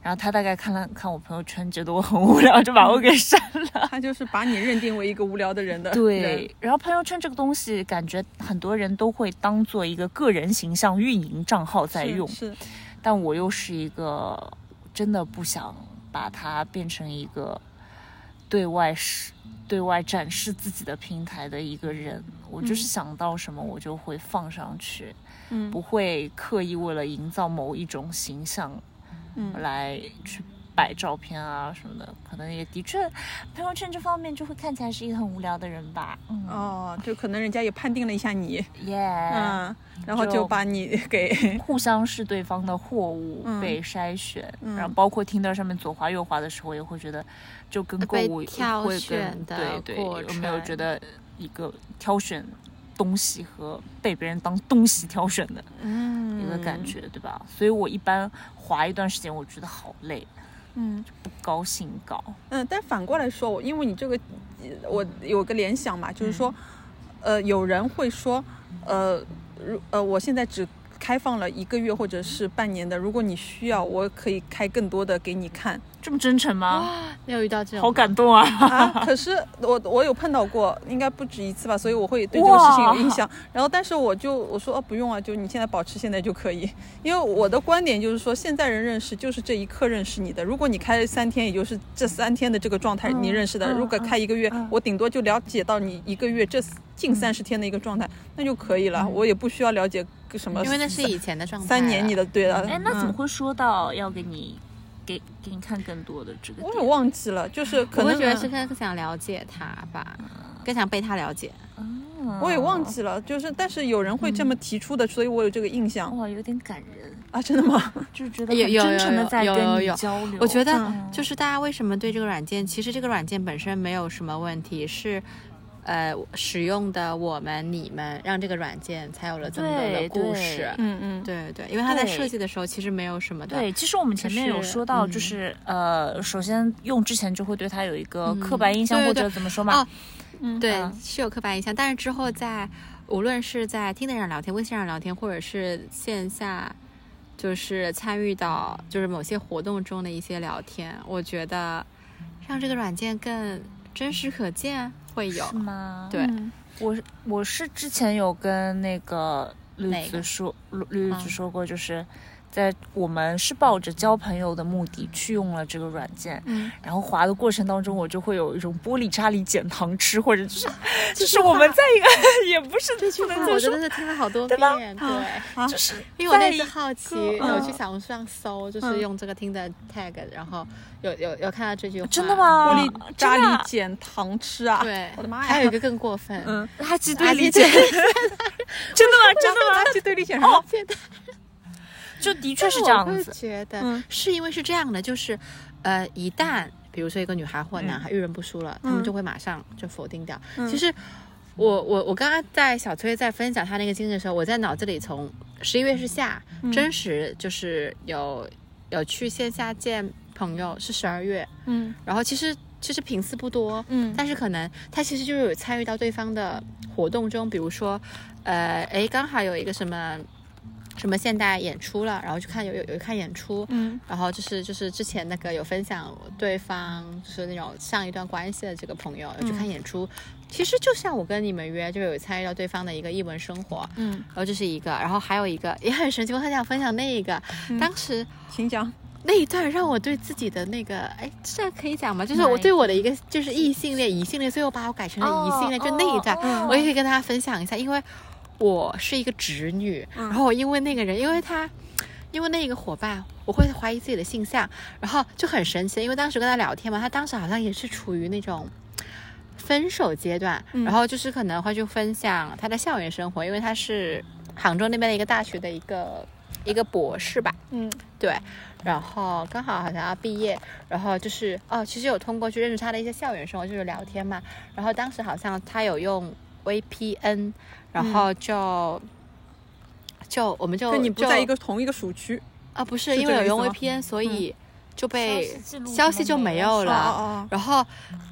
Speaker 3: 然后他大概看了看我朋友圈，觉得我很无聊，就把我给删了。
Speaker 1: 他就是把你认定为一个无聊的
Speaker 3: [laughs]
Speaker 1: 人的人。
Speaker 3: 对，然后朋友圈这个东西，感觉很多人都会当做一个个人形象运营账号在
Speaker 1: 是
Speaker 3: 用，
Speaker 1: 是，
Speaker 3: 但我又是一个真的不想把它变成一个对外示、对外展示自己的平台的一个人。我就是想到什么，我就会放上去，
Speaker 1: 嗯
Speaker 3: 不会刻意为了营造某一种形象
Speaker 1: 嗯
Speaker 3: 来去摆照片啊什么的，可能也的确，朋友圈这方面就会看起来是一个很无聊的人吧。嗯，
Speaker 1: 哦，就可能人家也判定了一下你，
Speaker 3: 耶、
Speaker 1: 嗯，然后就
Speaker 3: 哎就
Speaker 1: 把你给
Speaker 3: 互相是对方的货物
Speaker 1: 嗯
Speaker 3: 被筛选，
Speaker 1: 嗯
Speaker 3: 然后包括听到上面左滑右滑的时候，也会觉得就跟购
Speaker 2: 被
Speaker 3: 物会
Speaker 2: 挑
Speaker 3: 跟
Speaker 2: 选的
Speaker 3: 对对，
Speaker 2: 过
Speaker 3: 有没有
Speaker 2: 程
Speaker 3: 觉得一个挑选东西和被别人当东西挑选的
Speaker 1: [laughs] 嗯
Speaker 3: 一个感觉，对吧？所以我一般滑一段时间，我觉得好累，
Speaker 1: 嗯
Speaker 3: 不高兴搞。
Speaker 1: 嗯，但反过来说，我因为你这个我有个联想嘛，就是说，呃，有人会说，呃，如呃，我现在只开放了一个月或者是半年的，如果你需要，我可以开更多的给你看。
Speaker 3: 这么真诚吗？
Speaker 2: 没有遇到这种，
Speaker 3: 好感动啊！
Speaker 1: 啊，可是我我有碰到过，应该不止一次吧，所以我会对这个事情有印象。然后，但是我就我说哦，不用啊，就你现在保持现在就可以，因为我的观点就是说，现在人认识就是这一刻认识你的。如果你开三天，也就是这三天的这个状态
Speaker 2: 嗯
Speaker 1: 你认识的；如果开一个月，我顶多就了解到你一个月这近三十天的一个状态，那就可以了。我也不需要了解个什么，
Speaker 2: 嗯因为那是以前的状态了。
Speaker 1: 三年你的对了。
Speaker 3: 哎，那怎
Speaker 1: 嗯
Speaker 3: 么会说到要给你给给你看更多的这个点？
Speaker 1: 我也忘记了，就是可
Speaker 2: 我
Speaker 1: 能嗯
Speaker 2: 会觉得是更想了解他吧，更想被他了解。
Speaker 1: 我也
Speaker 2: 哦
Speaker 1: 忘记了，就是但是有人会这
Speaker 2: 嗯
Speaker 1: 么提出的，所以我有这个印象
Speaker 3: 嗯哇，有点感人，
Speaker 1: 啊，真的吗？
Speaker 3: 就是觉得
Speaker 2: 有
Speaker 3: 很
Speaker 2: 有
Speaker 3: 真
Speaker 2: 有
Speaker 3: 诚的
Speaker 2: 有
Speaker 3: 在
Speaker 2: 有有
Speaker 3: 跟你
Speaker 2: 有
Speaker 3: 交流。
Speaker 2: 我觉得
Speaker 3: 嗯
Speaker 2: 就是大家为什么对这个软件，其实这个软件本身没有什么问题，是呃使用的我们你们让这个软件才有了这么多的
Speaker 3: 对
Speaker 2: 故
Speaker 3: 对
Speaker 2: 事。
Speaker 1: 嗯嗯，
Speaker 2: 对对，因为它在
Speaker 3: 对
Speaker 2: 设计的时候其实没有什么的。
Speaker 3: 对，其实我们前面有说到，
Speaker 2: 嗯
Speaker 3: 就是呃，首先用之前就会对他有一个刻板印象，
Speaker 2: 嗯对
Speaker 3: 或
Speaker 2: 对
Speaker 3: 者怎么说嘛
Speaker 2: 哦，对
Speaker 3: 嗯，
Speaker 2: 是有刻板印象，但是之后在无论是在听的上聊天、微信上聊天，或者是线下，就是参与到就是某些活动中的一些聊天，我觉得让这个软件更真实可见会有
Speaker 3: 是。吗？
Speaker 2: 对，
Speaker 1: [laughs]
Speaker 3: 我是我是之前有跟那个
Speaker 2: 哪
Speaker 3: 绿
Speaker 2: 个嗯
Speaker 3: 子说，绿绿子说过，就是在我们是抱着交朋友的目的去用了这个软件，
Speaker 2: 嗯
Speaker 3: 然后滑的过程当中，我就会有一种玻璃渣里捡糖吃，或者
Speaker 2: [laughs]
Speaker 3: 就是就是我们在一个 [laughs] 也不是
Speaker 2: 这句
Speaker 3: 不能
Speaker 2: 话
Speaker 3: 这么
Speaker 2: 我真
Speaker 3: 嗯说，
Speaker 2: 的是听了好多
Speaker 3: 对吧
Speaker 2: 遍，对，
Speaker 1: 啊
Speaker 3: 就是
Speaker 2: 因为我
Speaker 3: 在
Speaker 2: 那次
Speaker 3: 一嗯
Speaker 2: 好奇，
Speaker 1: 嗯
Speaker 2: 有去小红书上搜，就是用这个听的 tag，然后有有有看到这句话，
Speaker 3: 真的？吗？
Speaker 1: 玻璃
Speaker 3: 真的
Speaker 1: 渣里
Speaker 3: 啊
Speaker 1: 捡糖吃啊！
Speaker 2: 对，
Speaker 1: 我的妈呀！
Speaker 2: 还有一个更过分，
Speaker 1: 嗯，
Speaker 3: 垃圾
Speaker 2: 垃
Speaker 3: 堆里
Speaker 2: 圾堆
Speaker 3: 捡，啊真
Speaker 2: [laughs]
Speaker 3: 的吗？真的吗？哦
Speaker 1: 垃圾堆里捡什么？
Speaker 2: 现在
Speaker 3: 就的确是
Speaker 2: 但
Speaker 3: 这样
Speaker 2: 我会
Speaker 3: 子。
Speaker 2: 觉得
Speaker 1: 嗯
Speaker 2: 是因为是这样的，就是呃，一旦比如说一个女孩或
Speaker 3: 嗯
Speaker 2: 男孩遇人不淑了，他们就会马上就否定掉。其实我我我刚刚在小崔在分享他那个经历的时候，我在脑子里从十一月是下，
Speaker 3: 嗯
Speaker 2: 真实就是有有去线下见朋友是十二月，
Speaker 1: 嗯
Speaker 2: 然后其实其实频次不多，
Speaker 1: 嗯
Speaker 2: 但是可能他其实就是有参与到对方的活动中，比如说，呃，哎，刚好有一个什么什么现代演出了，然后去看有有有看演出，
Speaker 1: 嗯
Speaker 2: 然后就是就是之前那个有分享对方就是那种上一段关系的这个朋友
Speaker 1: 嗯
Speaker 2: 有去看演出，其实就像我跟你们约，就有参与到对方的一个译文生活，
Speaker 1: 嗯，
Speaker 2: 然后这是一个，然后还有一个也很神奇，我很想分享那一个，
Speaker 1: 嗯
Speaker 2: 当时。
Speaker 1: 请讲。
Speaker 2: 那一段让我对自己的那个，哎，这可以讲吗？就是
Speaker 3: 哪
Speaker 2: 我
Speaker 3: 一
Speaker 2: 对我的一个就是异性恋、异性恋，所以我把我改成了异性恋，就那一段，
Speaker 3: 哦
Speaker 2: 我也可以跟大家分享一下，因为我是一个直女，然后我因为那个人，因为他，因为那个伙伴，我会怀疑自己的性向，然后就很神奇，因为当时跟他聊天嘛，他当时好像也是处于那种。分手阶段，然后就是可能会去分享他的校园生活，因为他是杭州那边的一个大学的一个一个博士吧，
Speaker 1: 嗯
Speaker 2: 对，然后刚好好像要毕业，然后就是哦，其实有通过去认识他的一些校园生活，就是聊天嘛。然后当时好像他有用 VPN，然后就、就我们就
Speaker 1: 嗯就你不
Speaker 2: 就
Speaker 1: 在一个同一个属区。
Speaker 2: 啊，不
Speaker 1: 是
Speaker 2: 是
Speaker 1: 这
Speaker 2: 因为
Speaker 1: 个
Speaker 2: 有
Speaker 1: 意
Speaker 2: 用
Speaker 1: 思吗嗯
Speaker 2: VPN，所以就被
Speaker 3: 消息记录
Speaker 2: 消
Speaker 3: 什
Speaker 2: 息
Speaker 3: 么
Speaker 2: 就
Speaker 3: 没
Speaker 2: 没
Speaker 3: 有
Speaker 2: 有
Speaker 3: 是
Speaker 1: 哦
Speaker 2: 了。
Speaker 1: 哦
Speaker 2: 然后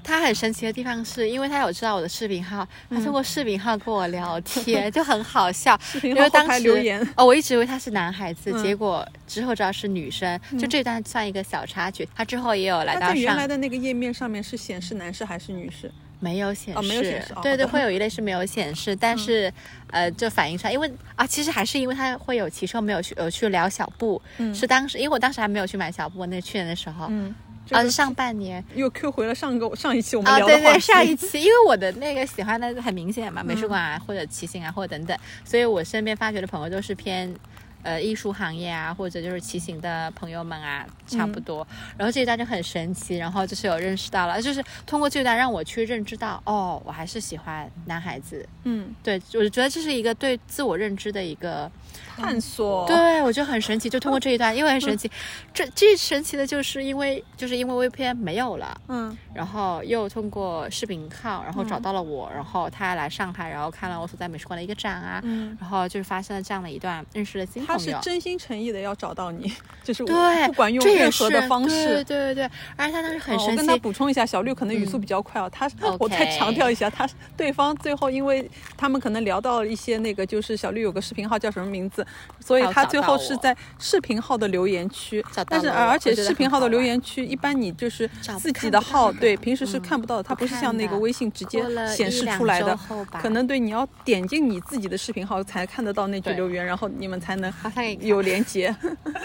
Speaker 2: 他很神奇的地方是，因为他有知道我的视频号，他
Speaker 1: 嗯
Speaker 2: 通过视频号跟我聊天，就很好笑。
Speaker 1: 频
Speaker 2: 因
Speaker 1: 号
Speaker 2: 为当
Speaker 1: 后台
Speaker 2: 时
Speaker 1: 留言
Speaker 2: 哦，我一直以为他是男孩子，
Speaker 1: 嗯
Speaker 2: 结果之后知道是女生，就这段算一个小插曲。他之后也有来
Speaker 1: 它
Speaker 2: 到
Speaker 1: 在
Speaker 2: 上
Speaker 1: 原来的那个页面上面是显示男士还是女士？
Speaker 2: 没有显示，
Speaker 1: 哦没有显示哦嗯
Speaker 2: 对对，
Speaker 1: 好的
Speaker 2: 会有一类是没有显示，但是、呃，就反映出来，因为啊，其实还是因为他会有骑车没有去有去聊小布，是当时因为我当时还没有去买小布，那去年的时候，
Speaker 1: 嗯，这
Speaker 2: 啊，
Speaker 1: 个
Speaker 2: 是上半年。
Speaker 1: 又 Q 回了上个上一期我们
Speaker 2: 啊，
Speaker 1: 聊
Speaker 2: 对
Speaker 1: 的话
Speaker 2: 对，
Speaker 1: 题。嗯
Speaker 2: 上一期，因为我的那个喜欢的很明显嘛，美术馆啊，或者骑行啊，或者等等，所以我身边发掘的朋友都是偏。呃，艺术行业啊，或者就是骑行的朋友们啊，差不多。
Speaker 1: 嗯
Speaker 2: 然后这一段就很神奇，然后就是有认识到了，就是通过这一段让我去认知到，哦，我还是喜欢男孩子。
Speaker 1: 嗯，
Speaker 2: 对，我觉得这是一个对自我认知的一个
Speaker 1: 探索。
Speaker 2: 对，我觉得很神奇，就通过这一段，因为很
Speaker 1: [laughs]
Speaker 2: 神奇。这最神奇的就是因为就是因为 VPN 没有了，
Speaker 1: 嗯
Speaker 2: 然后又通过视频号，然后找到了我，然后他来上海，然后看了我所在美术馆的一个展啊，
Speaker 1: 嗯，
Speaker 2: 然后就是发生了这样的一段认识的新
Speaker 1: 他
Speaker 2: 朋
Speaker 1: 是
Speaker 2: 友。
Speaker 1: 真心诚意的要找到你，就是
Speaker 2: 对，
Speaker 1: 我不管用
Speaker 2: 这也
Speaker 1: 任何的
Speaker 2: 是
Speaker 1: 方
Speaker 2: 对
Speaker 1: 式。
Speaker 2: 对对对，而且他当时很
Speaker 1: 哦我
Speaker 2: 生
Speaker 1: 跟他
Speaker 2: 气，
Speaker 1: 补充一下，小绿可能语速比较快哦。他 [laughs]
Speaker 2: OK
Speaker 1: 我再强调一下，他对方最后因为他们可能聊到了一些那个，就是小绿有个视频号叫什么名字，所以
Speaker 2: 他有
Speaker 1: 他
Speaker 2: 找
Speaker 1: 最
Speaker 2: 到
Speaker 1: 后
Speaker 2: 我
Speaker 1: 是在视频号的留言区
Speaker 2: 找到，
Speaker 1: 但是
Speaker 2: 了
Speaker 1: 而
Speaker 2: 我
Speaker 1: 而且
Speaker 2: 我觉得
Speaker 1: 视频
Speaker 2: 很
Speaker 1: 号的
Speaker 2: 好
Speaker 1: 留
Speaker 2: 玩
Speaker 1: 言区一般你就是
Speaker 2: 找
Speaker 1: 自己
Speaker 2: 看
Speaker 1: 的
Speaker 2: 不到
Speaker 1: 号，
Speaker 2: 的
Speaker 1: 对，平时是
Speaker 2: 嗯
Speaker 1: 看不到的，它
Speaker 2: 不
Speaker 1: 不是
Speaker 2: 看
Speaker 1: 像那个
Speaker 2: 的
Speaker 1: 微信直接
Speaker 2: 过了
Speaker 1: 显
Speaker 2: 一
Speaker 1: 示
Speaker 2: 两
Speaker 1: 出来
Speaker 2: 周
Speaker 1: 的
Speaker 2: 后吧，
Speaker 1: 可能对你要点进你自己的视频号才看得到那句
Speaker 2: 对
Speaker 1: 留言，然后你们才能
Speaker 2: 好像也看
Speaker 1: 有连
Speaker 2: [laughs]
Speaker 1: 接。 [laughs]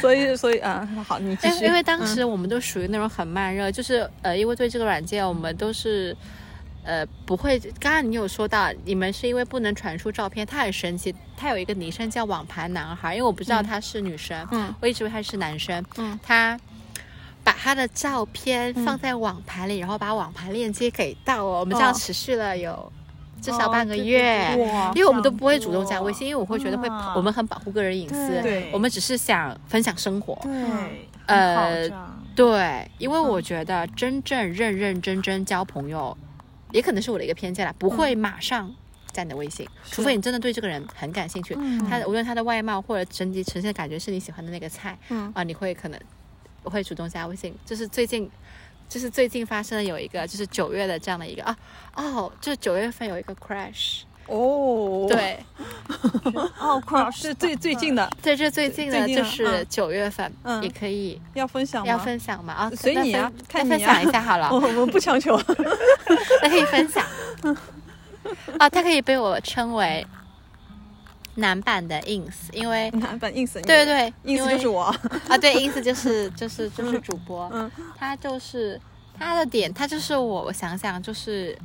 Speaker 1: 所以，所以啊，好，你继
Speaker 2: 但
Speaker 1: 续。
Speaker 2: 因为
Speaker 3: 嗯
Speaker 2: 当时我们都属于那种很慢热，就是呃，因为对这个软件我们都是。呃，不会。刚刚你有说到，你们是因为不能传输照片，他很神奇。他有一个昵称叫“网盘男孩”，因为我不知道他是女生，
Speaker 1: 嗯
Speaker 2: 我一直以为他是男生。
Speaker 1: 嗯，
Speaker 2: 他把他的照片
Speaker 3: 嗯
Speaker 2: 放在网盘里，然后把网盘链接给到我。我们这样
Speaker 1: 哦
Speaker 2: 持续了有至
Speaker 3: 哦
Speaker 2: 少半个
Speaker 3: 对对
Speaker 2: 月。
Speaker 3: 对
Speaker 1: 哇
Speaker 2: 哎因为我们都不会主动加微信，因为我会觉得会，
Speaker 3: 啊
Speaker 2: 我们很保护个人隐私，
Speaker 1: 对
Speaker 2: 我们只是想分享生活。
Speaker 3: 对，
Speaker 2: 呃
Speaker 3: 很好这样
Speaker 2: 对，因
Speaker 1: 嗯
Speaker 2: 为我觉得真正认认真真交朋友，也可能是我的一个偏见啦，不会马上加你的微信，
Speaker 1: 嗯
Speaker 2: 除非你真的对这个人很感兴趣，他的无论他的外貌或者整体呈现的感觉是你喜欢的那个菜，
Speaker 1: 嗯
Speaker 2: 啊，你会可能会主动加微信。就是最近，就是最近发生的有一个，就是九月的这样的一个啊，哦，就九月份有一个 crash，
Speaker 1: 哦，，
Speaker 2: 对。
Speaker 3: 哦，困
Speaker 2: 啊
Speaker 3: 扰
Speaker 1: 是最最近的，
Speaker 2: 对，这最近
Speaker 1: 最
Speaker 2: 的
Speaker 1: 近
Speaker 2: 就
Speaker 1: 啊
Speaker 2: 是
Speaker 1: 嗯
Speaker 2: 九月份，
Speaker 1: 嗯
Speaker 2: 也可以
Speaker 1: 要分享吗？
Speaker 2: 要分享嘛啊，
Speaker 1: 随
Speaker 2: 那
Speaker 1: 你啊
Speaker 2: 分
Speaker 1: 看
Speaker 2: 那
Speaker 1: 你
Speaker 2: 分
Speaker 1: 啊
Speaker 2: 享一下好
Speaker 1: 我
Speaker 2: 了，
Speaker 1: 我不强求。 [laughs]
Speaker 2: 那可以分享。啊，它可以被我称为男版的 ins，因为
Speaker 1: 男版 ins，你
Speaker 2: 对对对，因
Speaker 1: 嗯，ins
Speaker 2: 为
Speaker 1: 就是我。 [laughs]
Speaker 2: 啊，对，ins 就是就是就是主播，
Speaker 1: 嗯
Speaker 2: 他就是他的点，他就是我，我想想就是。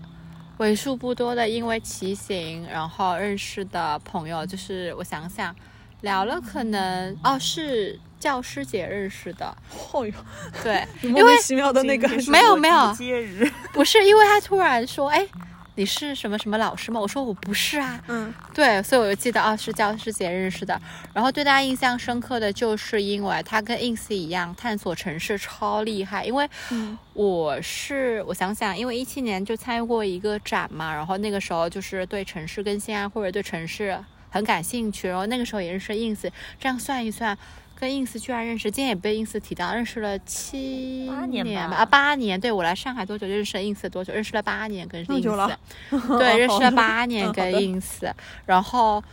Speaker 2: 为数不多的，因为骑行然后认识的朋友，就是我想想，聊了可能哦是教师节认识的，
Speaker 1: 哦哟， [laughs]
Speaker 2: 对，
Speaker 1: 你莫名其妙的那个
Speaker 3: 今天
Speaker 2: 嗯
Speaker 3: 是
Speaker 2: 没有
Speaker 3: 我
Speaker 2: 没有
Speaker 3: 地接日，
Speaker 2: 不是因为他突然说，哎，你是什么什么老师吗？我说我不是啊，
Speaker 1: 嗯
Speaker 2: 对，所以我就记得啊是教师节认识的。然后对他印象深刻的就是因为他跟 ins 一样探索城市超厉害，因为
Speaker 1: 嗯
Speaker 2: 我是我想想，因为一七年就参与过一个展嘛，然后那个时候就是对城市更新啊，或者对城市很感兴趣，然后那个时候也认识了 ins，这样算一算。跟 ins 居然认识，今天也被 ins 提到，认识了七
Speaker 3: 八年吧
Speaker 2: 吧啊，八年。对我来上海多久就认识了 ins 多久，认识了八年跟
Speaker 1: 那么久
Speaker 2: ins，
Speaker 1: 了
Speaker 2: [laughs] 对，认识
Speaker 1: 好
Speaker 2: 了八年
Speaker 1: 嗯
Speaker 2: 跟
Speaker 1: 好的
Speaker 2: ins，然后，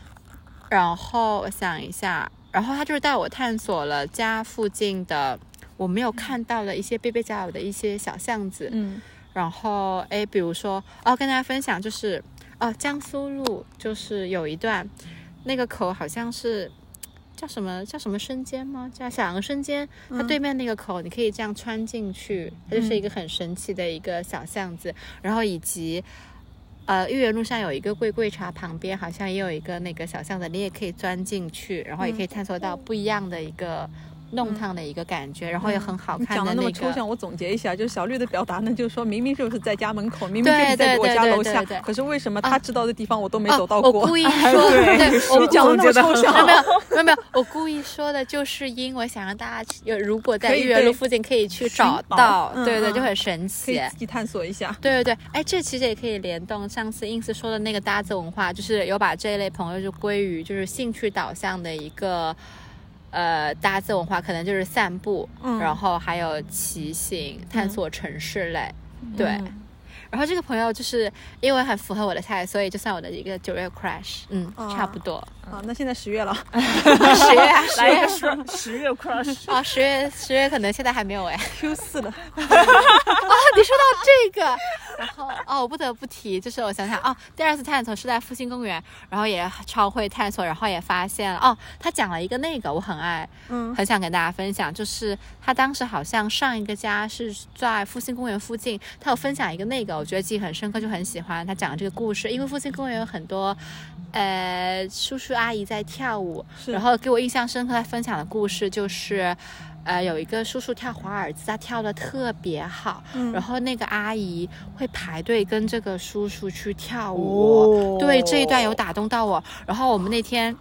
Speaker 2: 然后我想一下，然后他就是带我探索了家附近的我没有看到的一些贝贝家有的一些小巷子，
Speaker 1: 嗯
Speaker 2: 然后诶，比如说哦，跟大家分享就是哦，江苏路就是有一段那个口好像是。叫什么叫什么生煎吗？叫小杨生煎，它对面那个口你可以这样穿进去，它就是一个很神奇的一个小巷
Speaker 1: 嗯
Speaker 2: 子。然后以及，呃，豫园路上有一个桂桂茶旁边，好像也有一个那个小巷子，你也可以钻进去，然后也可以探索到不一样的一个弄堂的一个感觉，然后也很好
Speaker 1: 嗯你
Speaker 2: 看
Speaker 1: 讲的
Speaker 2: 那
Speaker 1: 那
Speaker 2: 个。
Speaker 1: 么抽象，我总结一下，就是小绿的表达呢，就是说明明就是在家门口，明明就
Speaker 2: 对
Speaker 1: 是在
Speaker 2: 对
Speaker 1: 我
Speaker 2: 对
Speaker 1: 家
Speaker 2: 对
Speaker 1: 楼
Speaker 2: 对
Speaker 1: 下
Speaker 2: 对，
Speaker 1: 可是为什么他知道的地方我都没
Speaker 2: 哦
Speaker 1: 走到
Speaker 2: 我
Speaker 1: 过 [laughs]
Speaker 2: 故？意说，
Speaker 3: 对
Speaker 2: 对，我
Speaker 1: 你讲的那么抽象，
Speaker 2: 没有没有没有，我故意说的就是因为想让大家有，如果在
Speaker 1: 可以
Speaker 2: 豫园路
Speaker 1: 被
Speaker 2: 附近可以去
Speaker 1: 寻
Speaker 2: 找
Speaker 1: 宝
Speaker 2: 到，
Speaker 1: 嗯
Speaker 2: 对对，
Speaker 1: 嗯
Speaker 2: 就很神
Speaker 1: 可
Speaker 2: 奇
Speaker 1: 以。自己探索一下。
Speaker 2: 对对对，哎，这其实也可以联动上次 ins 说的那个搭子文化，就是有把这一类朋友就归于就是兴趣导向的一个呃搭子文化，可能就是散步，
Speaker 1: 嗯
Speaker 2: 然后还有骑行、探索城市类，对。
Speaker 1: 嗯
Speaker 2: 然后这个朋友就是因为很符合我的菜，所以就算我的一个九月 crash，嗯，
Speaker 1: 哦
Speaker 2: 差不
Speaker 1: [laughs]
Speaker 2: 多。
Speaker 1: 啊，那现在十
Speaker 2: [laughs]
Speaker 1: 月了，
Speaker 2: 十月啊，十
Speaker 3: 来一个
Speaker 2: 月
Speaker 3: 哎十十
Speaker 2: [laughs]
Speaker 3: 月 [laughs] crush，
Speaker 2: 哦，十月十月可能现在还没有哎。
Speaker 1: Q 四
Speaker 2: [laughs]
Speaker 1: 了，
Speaker 2: 哦，你说到这个，然后哦，我不得不提，就是我想想哦，第二次探索是在复兴公园，然后也超会探索，然后也发现了哦，他讲了一个那个我很爱，
Speaker 1: 嗯
Speaker 2: 很想跟大家分享，就是他当时好像上一个家是在复兴公园附近，他有分享一个那个，我觉得记忆很深刻，就很喜欢他讲的这个故事，因为复兴公园有很多，呃，叔叔阿姨在跳舞，
Speaker 1: 是
Speaker 2: 然后给我印象深刻，他分享的故事就是。呃，有一个叔叔跳华尔兹，他跳的特别好，
Speaker 1: 嗯
Speaker 2: 然后那个阿姨会排队跟这个叔叔去跳舞，
Speaker 1: 哦
Speaker 2: 对这一段有打动到我。然后我们那天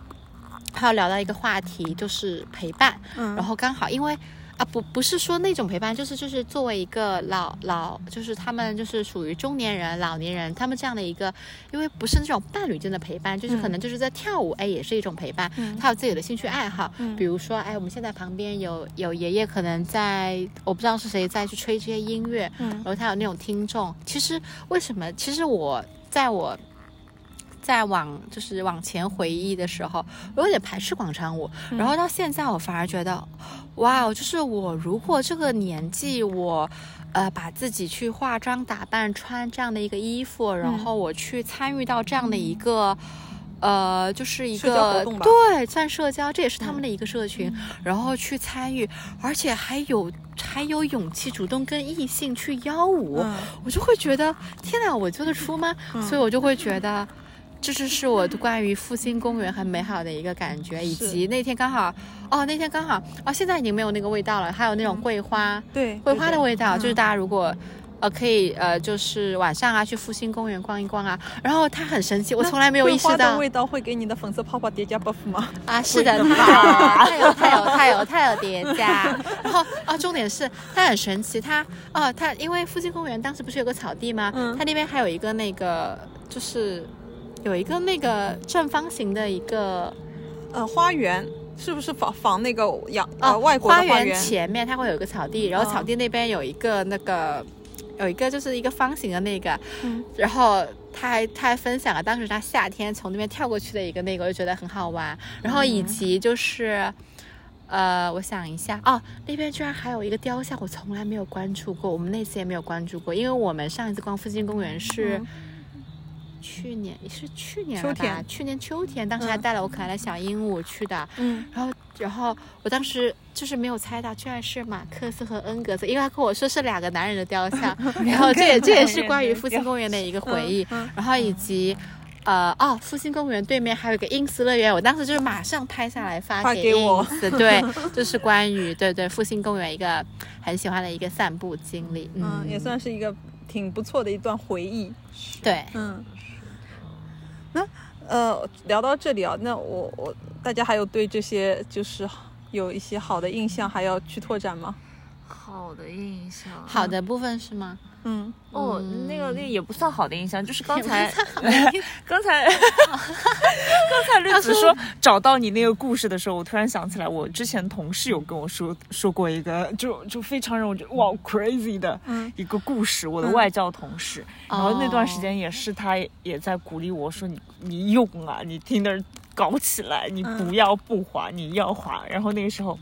Speaker 2: 还有聊到一个话题，就是陪伴，
Speaker 1: 嗯
Speaker 2: 然后刚好因为。啊，不不是说那种陪伴，就是就是作为一个老老，就是他们就是属于中年人、老年人，他们这样的一个，因为不是那种伴侣间的陪伴，就是可能就是在跳舞，哎，也是一种陪伴。他有自己的兴趣爱好，比如说，哎，我们现在旁边有有爷爷可能在，我不知道是谁在去吹这些音乐，然后他有那种听众。其实为什么？其实我在我。在往就是往前回忆的时候，我有点排斥广场舞，
Speaker 1: 嗯
Speaker 2: 然后到现在我反而觉得，哇哦，就是我如果这个年纪我。呃，把自己去化妆打扮，穿这样的一个衣服，
Speaker 1: 嗯
Speaker 2: 然后我去参与到这样的一个，呃，就是一
Speaker 1: 社交活
Speaker 2: 个
Speaker 1: 动吧嗯
Speaker 2: 对，算社交，这也是他们的一个社群，然后去参与，而且还有还有勇气主动跟异性去邀舞，
Speaker 1: 嗯
Speaker 2: 我就会觉得天哪，我做得出吗？所以我就会觉得。这就是我关于复兴公园很美好的一个感觉，以
Speaker 1: 是
Speaker 2: 及那天刚好，哦，那天刚好，哦，现在已经没有那个味道了，还有那种桂花，
Speaker 1: 嗯对，
Speaker 2: 桂花的味道，
Speaker 1: 嗯
Speaker 2: 就是大家如果。呃，可以，呃，就是晚上啊，去复兴公园逛一逛啊。然后它很神奇，我
Speaker 1: 我
Speaker 2: 从来没有意识到
Speaker 1: 味道会给你的粉色泡泡叠加 buff 吗？
Speaker 2: 啊，是的，它有，它有，它有，它有，它有叠加。 [laughs] 然后啊，重点是它很神奇，它哦、它因为复兴公园当时不是有个草地吗？
Speaker 1: 嗯
Speaker 2: 它那边还有一个那个，就是有一个那个正方形的一个
Speaker 1: 呃，花园是不是仿仿那个洋
Speaker 2: 啊，
Speaker 1: 呃外国的花
Speaker 2: 园前面它会有一个草地，然后
Speaker 1: 哦
Speaker 2: 草地那边有一个那个。有一个就是一个方形的那个，
Speaker 1: 嗯
Speaker 2: 然后他还他还分享了当时他夏天从那边跳过去的一个那个，我就觉得很好玩。然后
Speaker 1: 嗯
Speaker 2: 以及就是，呃，我想一下哦，那边居然还有一个雕像，我从来没有关注过，我们那次也没有关注过，因为我们上一次逛附近公园是。
Speaker 1: 嗯
Speaker 2: 去年是去年
Speaker 1: 秋
Speaker 2: 了吧
Speaker 1: 天
Speaker 2: 去年秋天，当时还
Speaker 1: 嗯
Speaker 2: 带了我可爱的小鹦鹉去的，
Speaker 1: 嗯，
Speaker 2: 然后，然后我当时就是没有猜到，居然是马克思和恩格斯，因为他跟我说是两个男人的雕像。然后这也这也是关于复兴公园的一个回忆，然后以及。呃哦，复兴公园对面还有一个英斯乐园，我当时就是马上拍下来发
Speaker 1: 发给
Speaker 2: 给
Speaker 1: 我
Speaker 2: 英斯，对，就是关于对对复兴公园一个很喜欢的一个散步经历，嗯，
Speaker 1: 嗯，也算是一个挺不错的一段回忆。
Speaker 2: 对，
Speaker 1: 嗯，那呃，聊到这里啊，那我我大家还有对这些就是有一些好的印象，还要去拓展吗？
Speaker 3: 好的印象，
Speaker 2: 好的部分是吗？
Speaker 1: 嗯，
Speaker 3: 哦，那个那个也不算好的印象，就是刚才
Speaker 2: 嗯也不算好
Speaker 3: [laughs] 刚才刚才绿子说找到你那个故事的时候，我突然想起来，我之前同事有跟我说说过一个，就就非常让我觉得哇 crazy 的
Speaker 2: 嗯
Speaker 3: 一个故事，我的外教同事，然后那
Speaker 2: 哦
Speaker 3: 段时间也是他也在鼓励我说你你用啊，你听点。搞起来，你
Speaker 2: 嗯
Speaker 3: 不要不滑，你要滑。然后那个时候，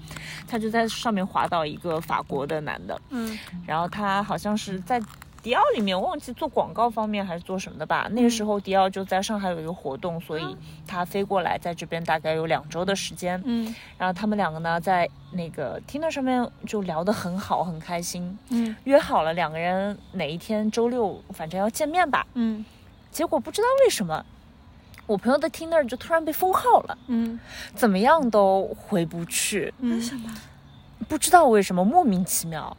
Speaker 3: 他就在上面滑到一个法国的男的，
Speaker 1: 嗯
Speaker 3: 然后他好像是在迪奥里面，我忘记做广告方面还是做什么的吧。那个时候迪奥就在上海有一个活动，所以他飞过来，在这边大概有两周的时间。
Speaker 1: 嗯
Speaker 3: 然后他们两个呢，在那个 Tinder 上面就聊得很好，很开心，
Speaker 1: 嗯
Speaker 3: 约好了两个人哪一天周六反正要见面吧。
Speaker 1: 嗯
Speaker 3: 结果不知道为什么，我朋友的 Tinder 就突然被封号了，
Speaker 1: 嗯
Speaker 3: 怎么样都回不去。
Speaker 1: 嗯，什
Speaker 3: 不知道为什么莫名其妙。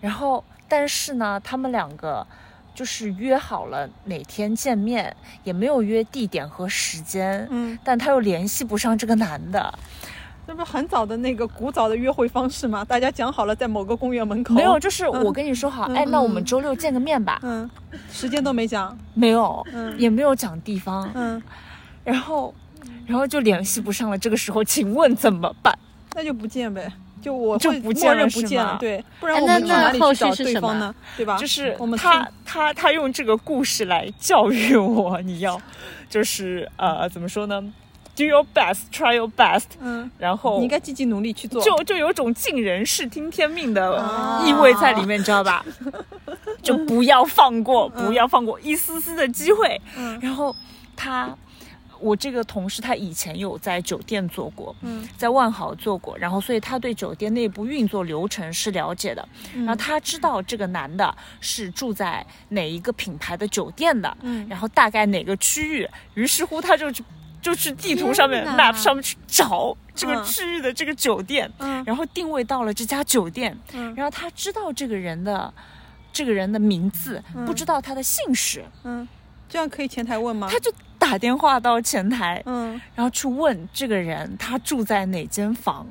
Speaker 3: 然后，但是呢，他们两个就是约好了哪天见面，也没有约地点和时间，
Speaker 1: 嗯，
Speaker 3: 但他又联系不上这个男的，
Speaker 1: 这不是很早的那个古早的约会方式吗？大家讲好了在某个公园门口，
Speaker 3: 没有，就是我跟你说好，哎，那我们周六见个面吧，
Speaker 1: 嗯，时间都没讲，
Speaker 3: 没有，
Speaker 1: 嗯
Speaker 3: 也没有讲地方，
Speaker 1: 嗯，
Speaker 3: 然后，然后就联系不上了，这个时候请问怎么办？
Speaker 1: 那就不见呗，就我
Speaker 3: 就
Speaker 1: 会
Speaker 3: 不见
Speaker 1: 默
Speaker 3: 了
Speaker 1: 认
Speaker 3: 是
Speaker 1: 不见
Speaker 3: 吗
Speaker 1: 了，对，不
Speaker 2: 哎
Speaker 1: 然我
Speaker 2: 那
Speaker 1: 们去
Speaker 2: 那
Speaker 1: 哪里
Speaker 2: 后
Speaker 1: 去
Speaker 2: 续
Speaker 1: 找
Speaker 2: 是
Speaker 1: 对
Speaker 2: 什
Speaker 1: 方
Speaker 2: 么
Speaker 1: 呢？对吧？
Speaker 3: 就是
Speaker 1: 啊我们去
Speaker 3: 他他他用这个故事来教育我，你要就是呃怎么说呢？Do your best, try your best，
Speaker 1: 嗯，
Speaker 3: 然后
Speaker 1: 你应该积极努力去做，
Speaker 3: 就就有种尽人事听天命的
Speaker 1: 啊
Speaker 3: 意味在里面，你知道吧？就不要放过，不要放过一丝丝的机会。
Speaker 1: 嗯
Speaker 3: 然后他，我这个同事他以前有在酒店做过，
Speaker 1: 嗯
Speaker 3: 在万豪做过，然后所以他对酒店内部运作流程是了解的。
Speaker 1: 嗯
Speaker 3: 然后他知道这个男的是住在哪一个品牌的酒店的，
Speaker 1: 嗯
Speaker 3: 然后大概哪个区域，于是乎他就去就去地图上面
Speaker 2: 天哪
Speaker 3: map 上面去找这个
Speaker 1: 嗯
Speaker 3: 区域的这个酒店，
Speaker 1: 嗯
Speaker 3: 然后定位到了这家酒店，
Speaker 1: 嗯
Speaker 3: 然后他知道这个人的这个人的名字，不知道他的姓氏，
Speaker 1: 嗯，这样可以前台问吗
Speaker 3: 他？就打电话到前台，
Speaker 1: 嗯
Speaker 3: 然后去问这个人他住在哪间房，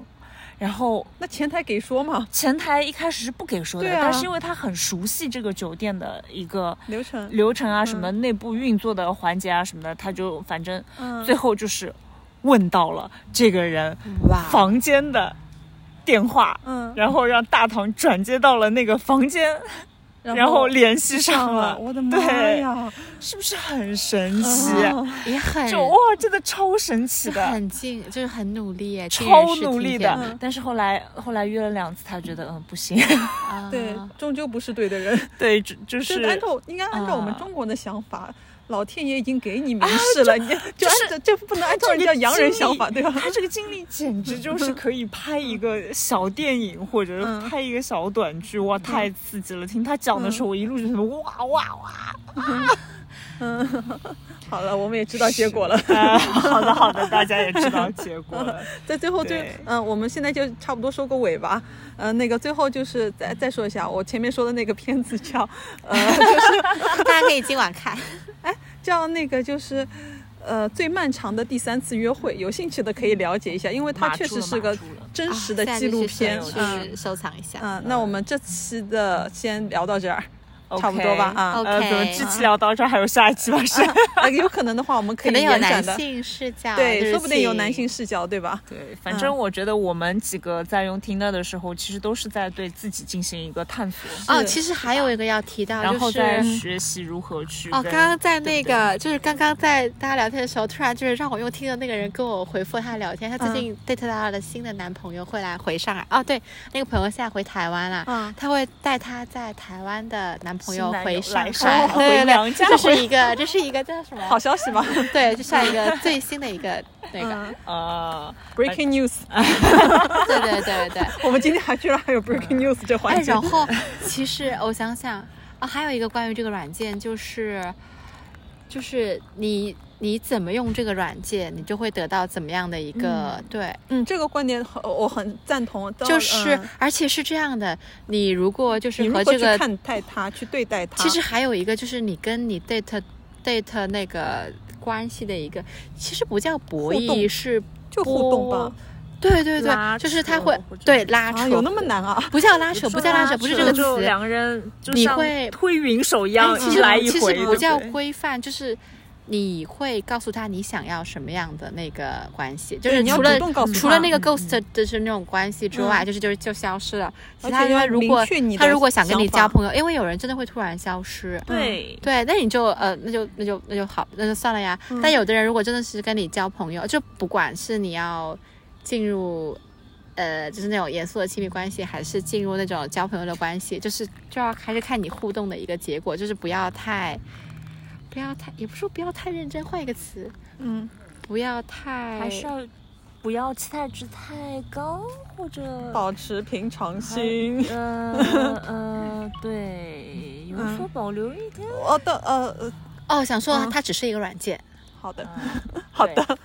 Speaker 3: 然后
Speaker 1: 那前台给说嘛，
Speaker 3: 前台一开始是不给说的，
Speaker 1: 对啊
Speaker 3: 但是因为他很熟悉这个酒店的一个
Speaker 1: 流程，
Speaker 3: 流程啊，什么内部运作的环节啊什么的，他就反正
Speaker 1: 嗯，
Speaker 3: 最后就是问到了这个人
Speaker 2: 哇，
Speaker 3: 房间的电话，
Speaker 1: 嗯，
Speaker 3: 然后让大堂转接到了那个房间，然后联系上了，
Speaker 1: 我的妈呀，
Speaker 3: 是不是很神奇？
Speaker 1: 嗯
Speaker 2: 也
Speaker 3: [laughs]
Speaker 2: 很
Speaker 3: 就哇，真的超神奇
Speaker 2: 就
Speaker 3: 的。
Speaker 2: 很尽，就是很努力耶，尽人
Speaker 3: 超
Speaker 2: 事
Speaker 3: 努
Speaker 2: 听
Speaker 3: 力
Speaker 2: 天
Speaker 1: 嗯
Speaker 2: 命
Speaker 3: 的，但是后来后来约了两次，他觉得嗯
Speaker 1: [laughs]
Speaker 3: 不行，
Speaker 2: 啊
Speaker 1: 对，
Speaker 3: 嗯
Speaker 1: 终究不是对的人。
Speaker 3: 对，就就
Speaker 1: 就是按照应该按照我们
Speaker 3: 啊
Speaker 1: 中国人的想法，老天爷已经给你明示了，你就按照这不能按照人家洋人想法，对吧？
Speaker 3: 他这个经历简 [laughs] 直就是可以拍一个小电影，或者是拍一个小短剧，哇，太刺激了！听他讲的时候，我一路就觉得哇哇哇！
Speaker 1: 好了，我们也知道结果了。
Speaker 3: 哎好的好的，大家也知道结果了。
Speaker 1: 在最后最
Speaker 3: 对
Speaker 1: 嗯、我们现在就差不多收个尾吧。嗯、那个最后就是再再说一下，我前面说的那个片子叫
Speaker 2: [laughs] 大家可以今晚看。
Speaker 1: 叫那个就是。呃，最漫长的第三次约会，有兴趣的可以了解一下，因为它
Speaker 3: 码
Speaker 1: 确
Speaker 3: 住
Speaker 1: 实
Speaker 3: 了
Speaker 1: 是
Speaker 3: 码
Speaker 1: 个
Speaker 3: 住了
Speaker 1: 真实
Speaker 2: 啊
Speaker 1: 的纪录片。
Speaker 2: 现在就
Speaker 1: 嗯
Speaker 2: 是去收藏一下。
Speaker 1: 嗯，那我们这期的先聊到这儿， [laughs] 差不多吧
Speaker 3: [laughs] OK，
Speaker 1: 啊。
Speaker 3: 呃，
Speaker 2: OK
Speaker 3: 怎么这期聊到这儿，还有下一期 [laughs] 吧？是，
Speaker 1: 啊，有可能的话，我们可
Speaker 2: 可
Speaker 1: 以
Speaker 2: 能有
Speaker 1: 延展
Speaker 2: 男
Speaker 1: 的，
Speaker 2: 性视角，就
Speaker 1: 对，
Speaker 2: 是
Speaker 1: 说不定有
Speaker 2: 请
Speaker 1: 男性视角，对吧？
Speaker 3: 对，反正我觉得我们几个在用 Tinder 的时候，其实都是在对自己进行一个探索，
Speaker 2: 哦，
Speaker 1: 是
Speaker 2: 其实还有一个要提到，
Speaker 3: 然后
Speaker 2: 就是
Speaker 3: 再学习如何去
Speaker 2: 哦，
Speaker 3: 跟
Speaker 2: 刚刚在那
Speaker 3: 对
Speaker 2: 个就是刚刚在大家聊天的时候，突然就是让我用听的那个人跟我回复他聊天，他最
Speaker 1: 嗯
Speaker 2: 近 date 到了新的男朋友会来回上海。哦，对，那个朋友现在回台湾了，
Speaker 1: 嗯
Speaker 2: 他会带他在台湾的男朋友
Speaker 3: 新男友
Speaker 2: 回上
Speaker 3: 来上
Speaker 2: 海，
Speaker 3: 海
Speaker 2: 对对
Speaker 3: 回
Speaker 2: 对
Speaker 3: 娘家
Speaker 2: 这
Speaker 3: 回
Speaker 2: 是一个这是一个叫什
Speaker 1: 好
Speaker 2: 么？
Speaker 1: 消息吧？
Speaker 2: 对，就像一个最新的一个那个，
Speaker 1: 嗯
Speaker 3: 呃，
Speaker 1: ，breaking news， [laughs] 嗯
Speaker 2: 对对对对对。
Speaker 1: 我们今天还居然还有 breaking news 这环
Speaker 2: 哎，
Speaker 1: 节 [laughs]
Speaker 2: 然。后其实我想想啊、还有一个关于这个软件，就是就是你你怎么用这个软件，你就会得到怎么样的一个、对，
Speaker 1: 嗯，这个观点很我很赞同，当
Speaker 2: 就是、
Speaker 1: 嗯
Speaker 2: 而且是这样的，你如果就
Speaker 1: 你
Speaker 2: 是
Speaker 1: 如
Speaker 2: 和
Speaker 1: 何
Speaker 2: 这
Speaker 1: 去
Speaker 2: 个，
Speaker 1: 看待它，去对待它，
Speaker 2: 其实还有一个就是你跟你 date date 那个关系的一个，其实不叫博
Speaker 1: 互动
Speaker 2: 弈，是
Speaker 1: 就互动吧。
Speaker 2: 对对
Speaker 3: 拉
Speaker 2: 对，就是他
Speaker 3: 扯
Speaker 2: 会
Speaker 3: 或者
Speaker 2: 对拉扯、
Speaker 1: 啊，有那么？难啊？
Speaker 2: 不叫拉扯，不叫拉扯，不是这个词，
Speaker 3: 就两个人就
Speaker 2: 你
Speaker 3: 像
Speaker 2: 会
Speaker 3: 推云手一样
Speaker 2: 哎其
Speaker 3: 一
Speaker 2: 实
Speaker 3: 来一
Speaker 2: 其
Speaker 3: 回，
Speaker 2: 实不叫
Speaker 3: 对对
Speaker 2: 规范，就是你会告诉他你想要什么样的那个关系， [laughs] 就是
Speaker 1: 你要
Speaker 2: 除
Speaker 1: 主
Speaker 2: 了
Speaker 1: 动告诉
Speaker 2: 除
Speaker 1: 他
Speaker 2: 了那个 ghost 就是那种关系之外，就是就是就消失了。
Speaker 1: 嗯
Speaker 2: 其
Speaker 1: 而
Speaker 2: 他
Speaker 1: 且
Speaker 2: 因为
Speaker 1: 要
Speaker 2: 如
Speaker 1: 明
Speaker 2: 果
Speaker 1: 确你的
Speaker 2: 他如果想跟你
Speaker 1: 想法
Speaker 2: 交朋友，因为有人真的会突然消失。
Speaker 3: 对。
Speaker 2: 嗯对，那你就呃，那就那就那就好，那就算了呀。
Speaker 3: 嗯
Speaker 2: 但有的人如果真的是跟你交朋友，就不管是你要进入呃，就是那种严肃的亲密关系，还是进入那种交朋友的关系，就是就要还是看你互动的一个结果，就是不要太不要太，也不是说不要太认真，换一个词，
Speaker 1: 嗯，
Speaker 2: 不要太
Speaker 3: 还是要不要期待值太高，或者
Speaker 1: 保持平常
Speaker 3: 还
Speaker 1: 心。 [laughs]
Speaker 3: 呃呃，对，有
Speaker 1: 嗯
Speaker 3: 所保留一点。
Speaker 1: 哦的呃，呃
Speaker 2: 哦，想说
Speaker 1: 嗯
Speaker 2: 它只是一个软件，
Speaker 1: [laughs] 好的，
Speaker 3: 好的，
Speaker 1: [laughs]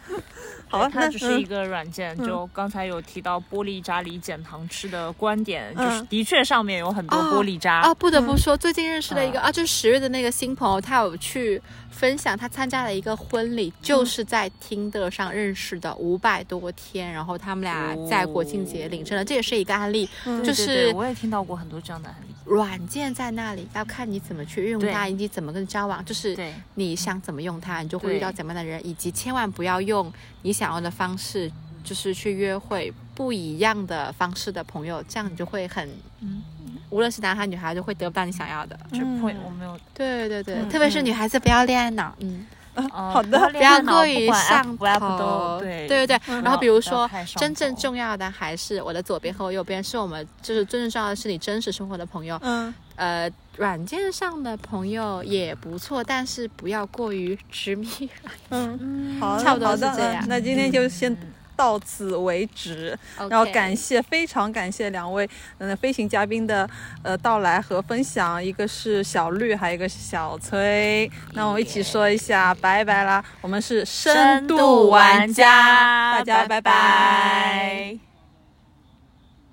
Speaker 1: 好啊
Speaker 3: 对啊它
Speaker 1: 那
Speaker 3: 只是一
Speaker 1: 嗯
Speaker 3: 个软件。就刚才有提到玻璃渣里减糖吃的观点，就是
Speaker 1: 嗯
Speaker 3: 的确上面有很多
Speaker 2: 哦
Speaker 3: 玻璃渣。
Speaker 2: 啊，不得不说，最近认识了一个、
Speaker 3: 嗯
Speaker 2: 啊，就是十月的那个新朋友，他有去分享他参加了一个婚礼，
Speaker 3: 嗯
Speaker 2: 就是在听的上认识的，五百多天，然后他们俩在国庆节
Speaker 3: 哦
Speaker 2: 领证了，这也是一个案例，
Speaker 1: 嗯
Speaker 2: 就
Speaker 3: 对对对
Speaker 2: 是
Speaker 3: 我也听到过很多这样的案例。
Speaker 2: 软件在那里要看你怎么去运用它，
Speaker 3: 对
Speaker 2: 以及怎么跟交往，就是
Speaker 3: 对
Speaker 2: 你想怎么用它，你就会
Speaker 3: 对
Speaker 2: 遇到怎么样的人，以及千万不要用你想要的方式，就是去约会不一样的方式的朋友，这样你就会很。
Speaker 3: 嗯
Speaker 2: 无论是男孩女孩，就会得不到你想要的。
Speaker 3: 这point 我没有。
Speaker 2: 对对对，
Speaker 1: 嗯
Speaker 2: 特别是女孩子不要恋爱脑，嗯， [laughs]
Speaker 3: 呃
Speaker 1: 好的
Speaker 3: 不要
Speaker 2: 不
Speaker 3: 恋爱
Speaker 2: 要
Speaker 3: 脑
Speaker 2: 过于
Speaker 3: 不管 app
Speaker 2: 上
Speaker 3: 不 app
Speaker 2: 头，
Speaker 3: 都
Speaker 2: 对
Speaker 3: 对
Speaker 2: 对对。
Speaker 1: 嗯
Speaker 2: 然后比如
Speaker 3: 不要
Speaker 2: 说
Speaker 3: 太，上
Speaker 2: 真正
Speaker 3: 头
Speaker 2: 重要的还是我的左边和我右边，是我们就是真正重要的是你真实生活的朋友，
Speaker 1: 嗯，
Speaker 2: 呃，软件上的朋友也不错，但是不要过于执迷。
Speaker 1: 嗯，好，
Speaker 2: 差不多
Speaker 1: 好的
Speaker 2: 是这样
Speaker 1: 嗯那今天就先到此为止，然后
Speaker 2: OK
Speaker 1: 感谢，非常感谢两位嗯飞行嘉宾的呃到来和分享，一个是小绿，还有一个是小崔。那我们一起说一下拜拜啦，我们是
Speaker 3: 深
Speaker 1: 度
Speaker 3: 度
Speaker 1: 玩
Speaker 3: 玩家，
Speaker 1: 大家拜
Speaker 3: 拜
Speaker 1: 拜
Speaker 3: 拜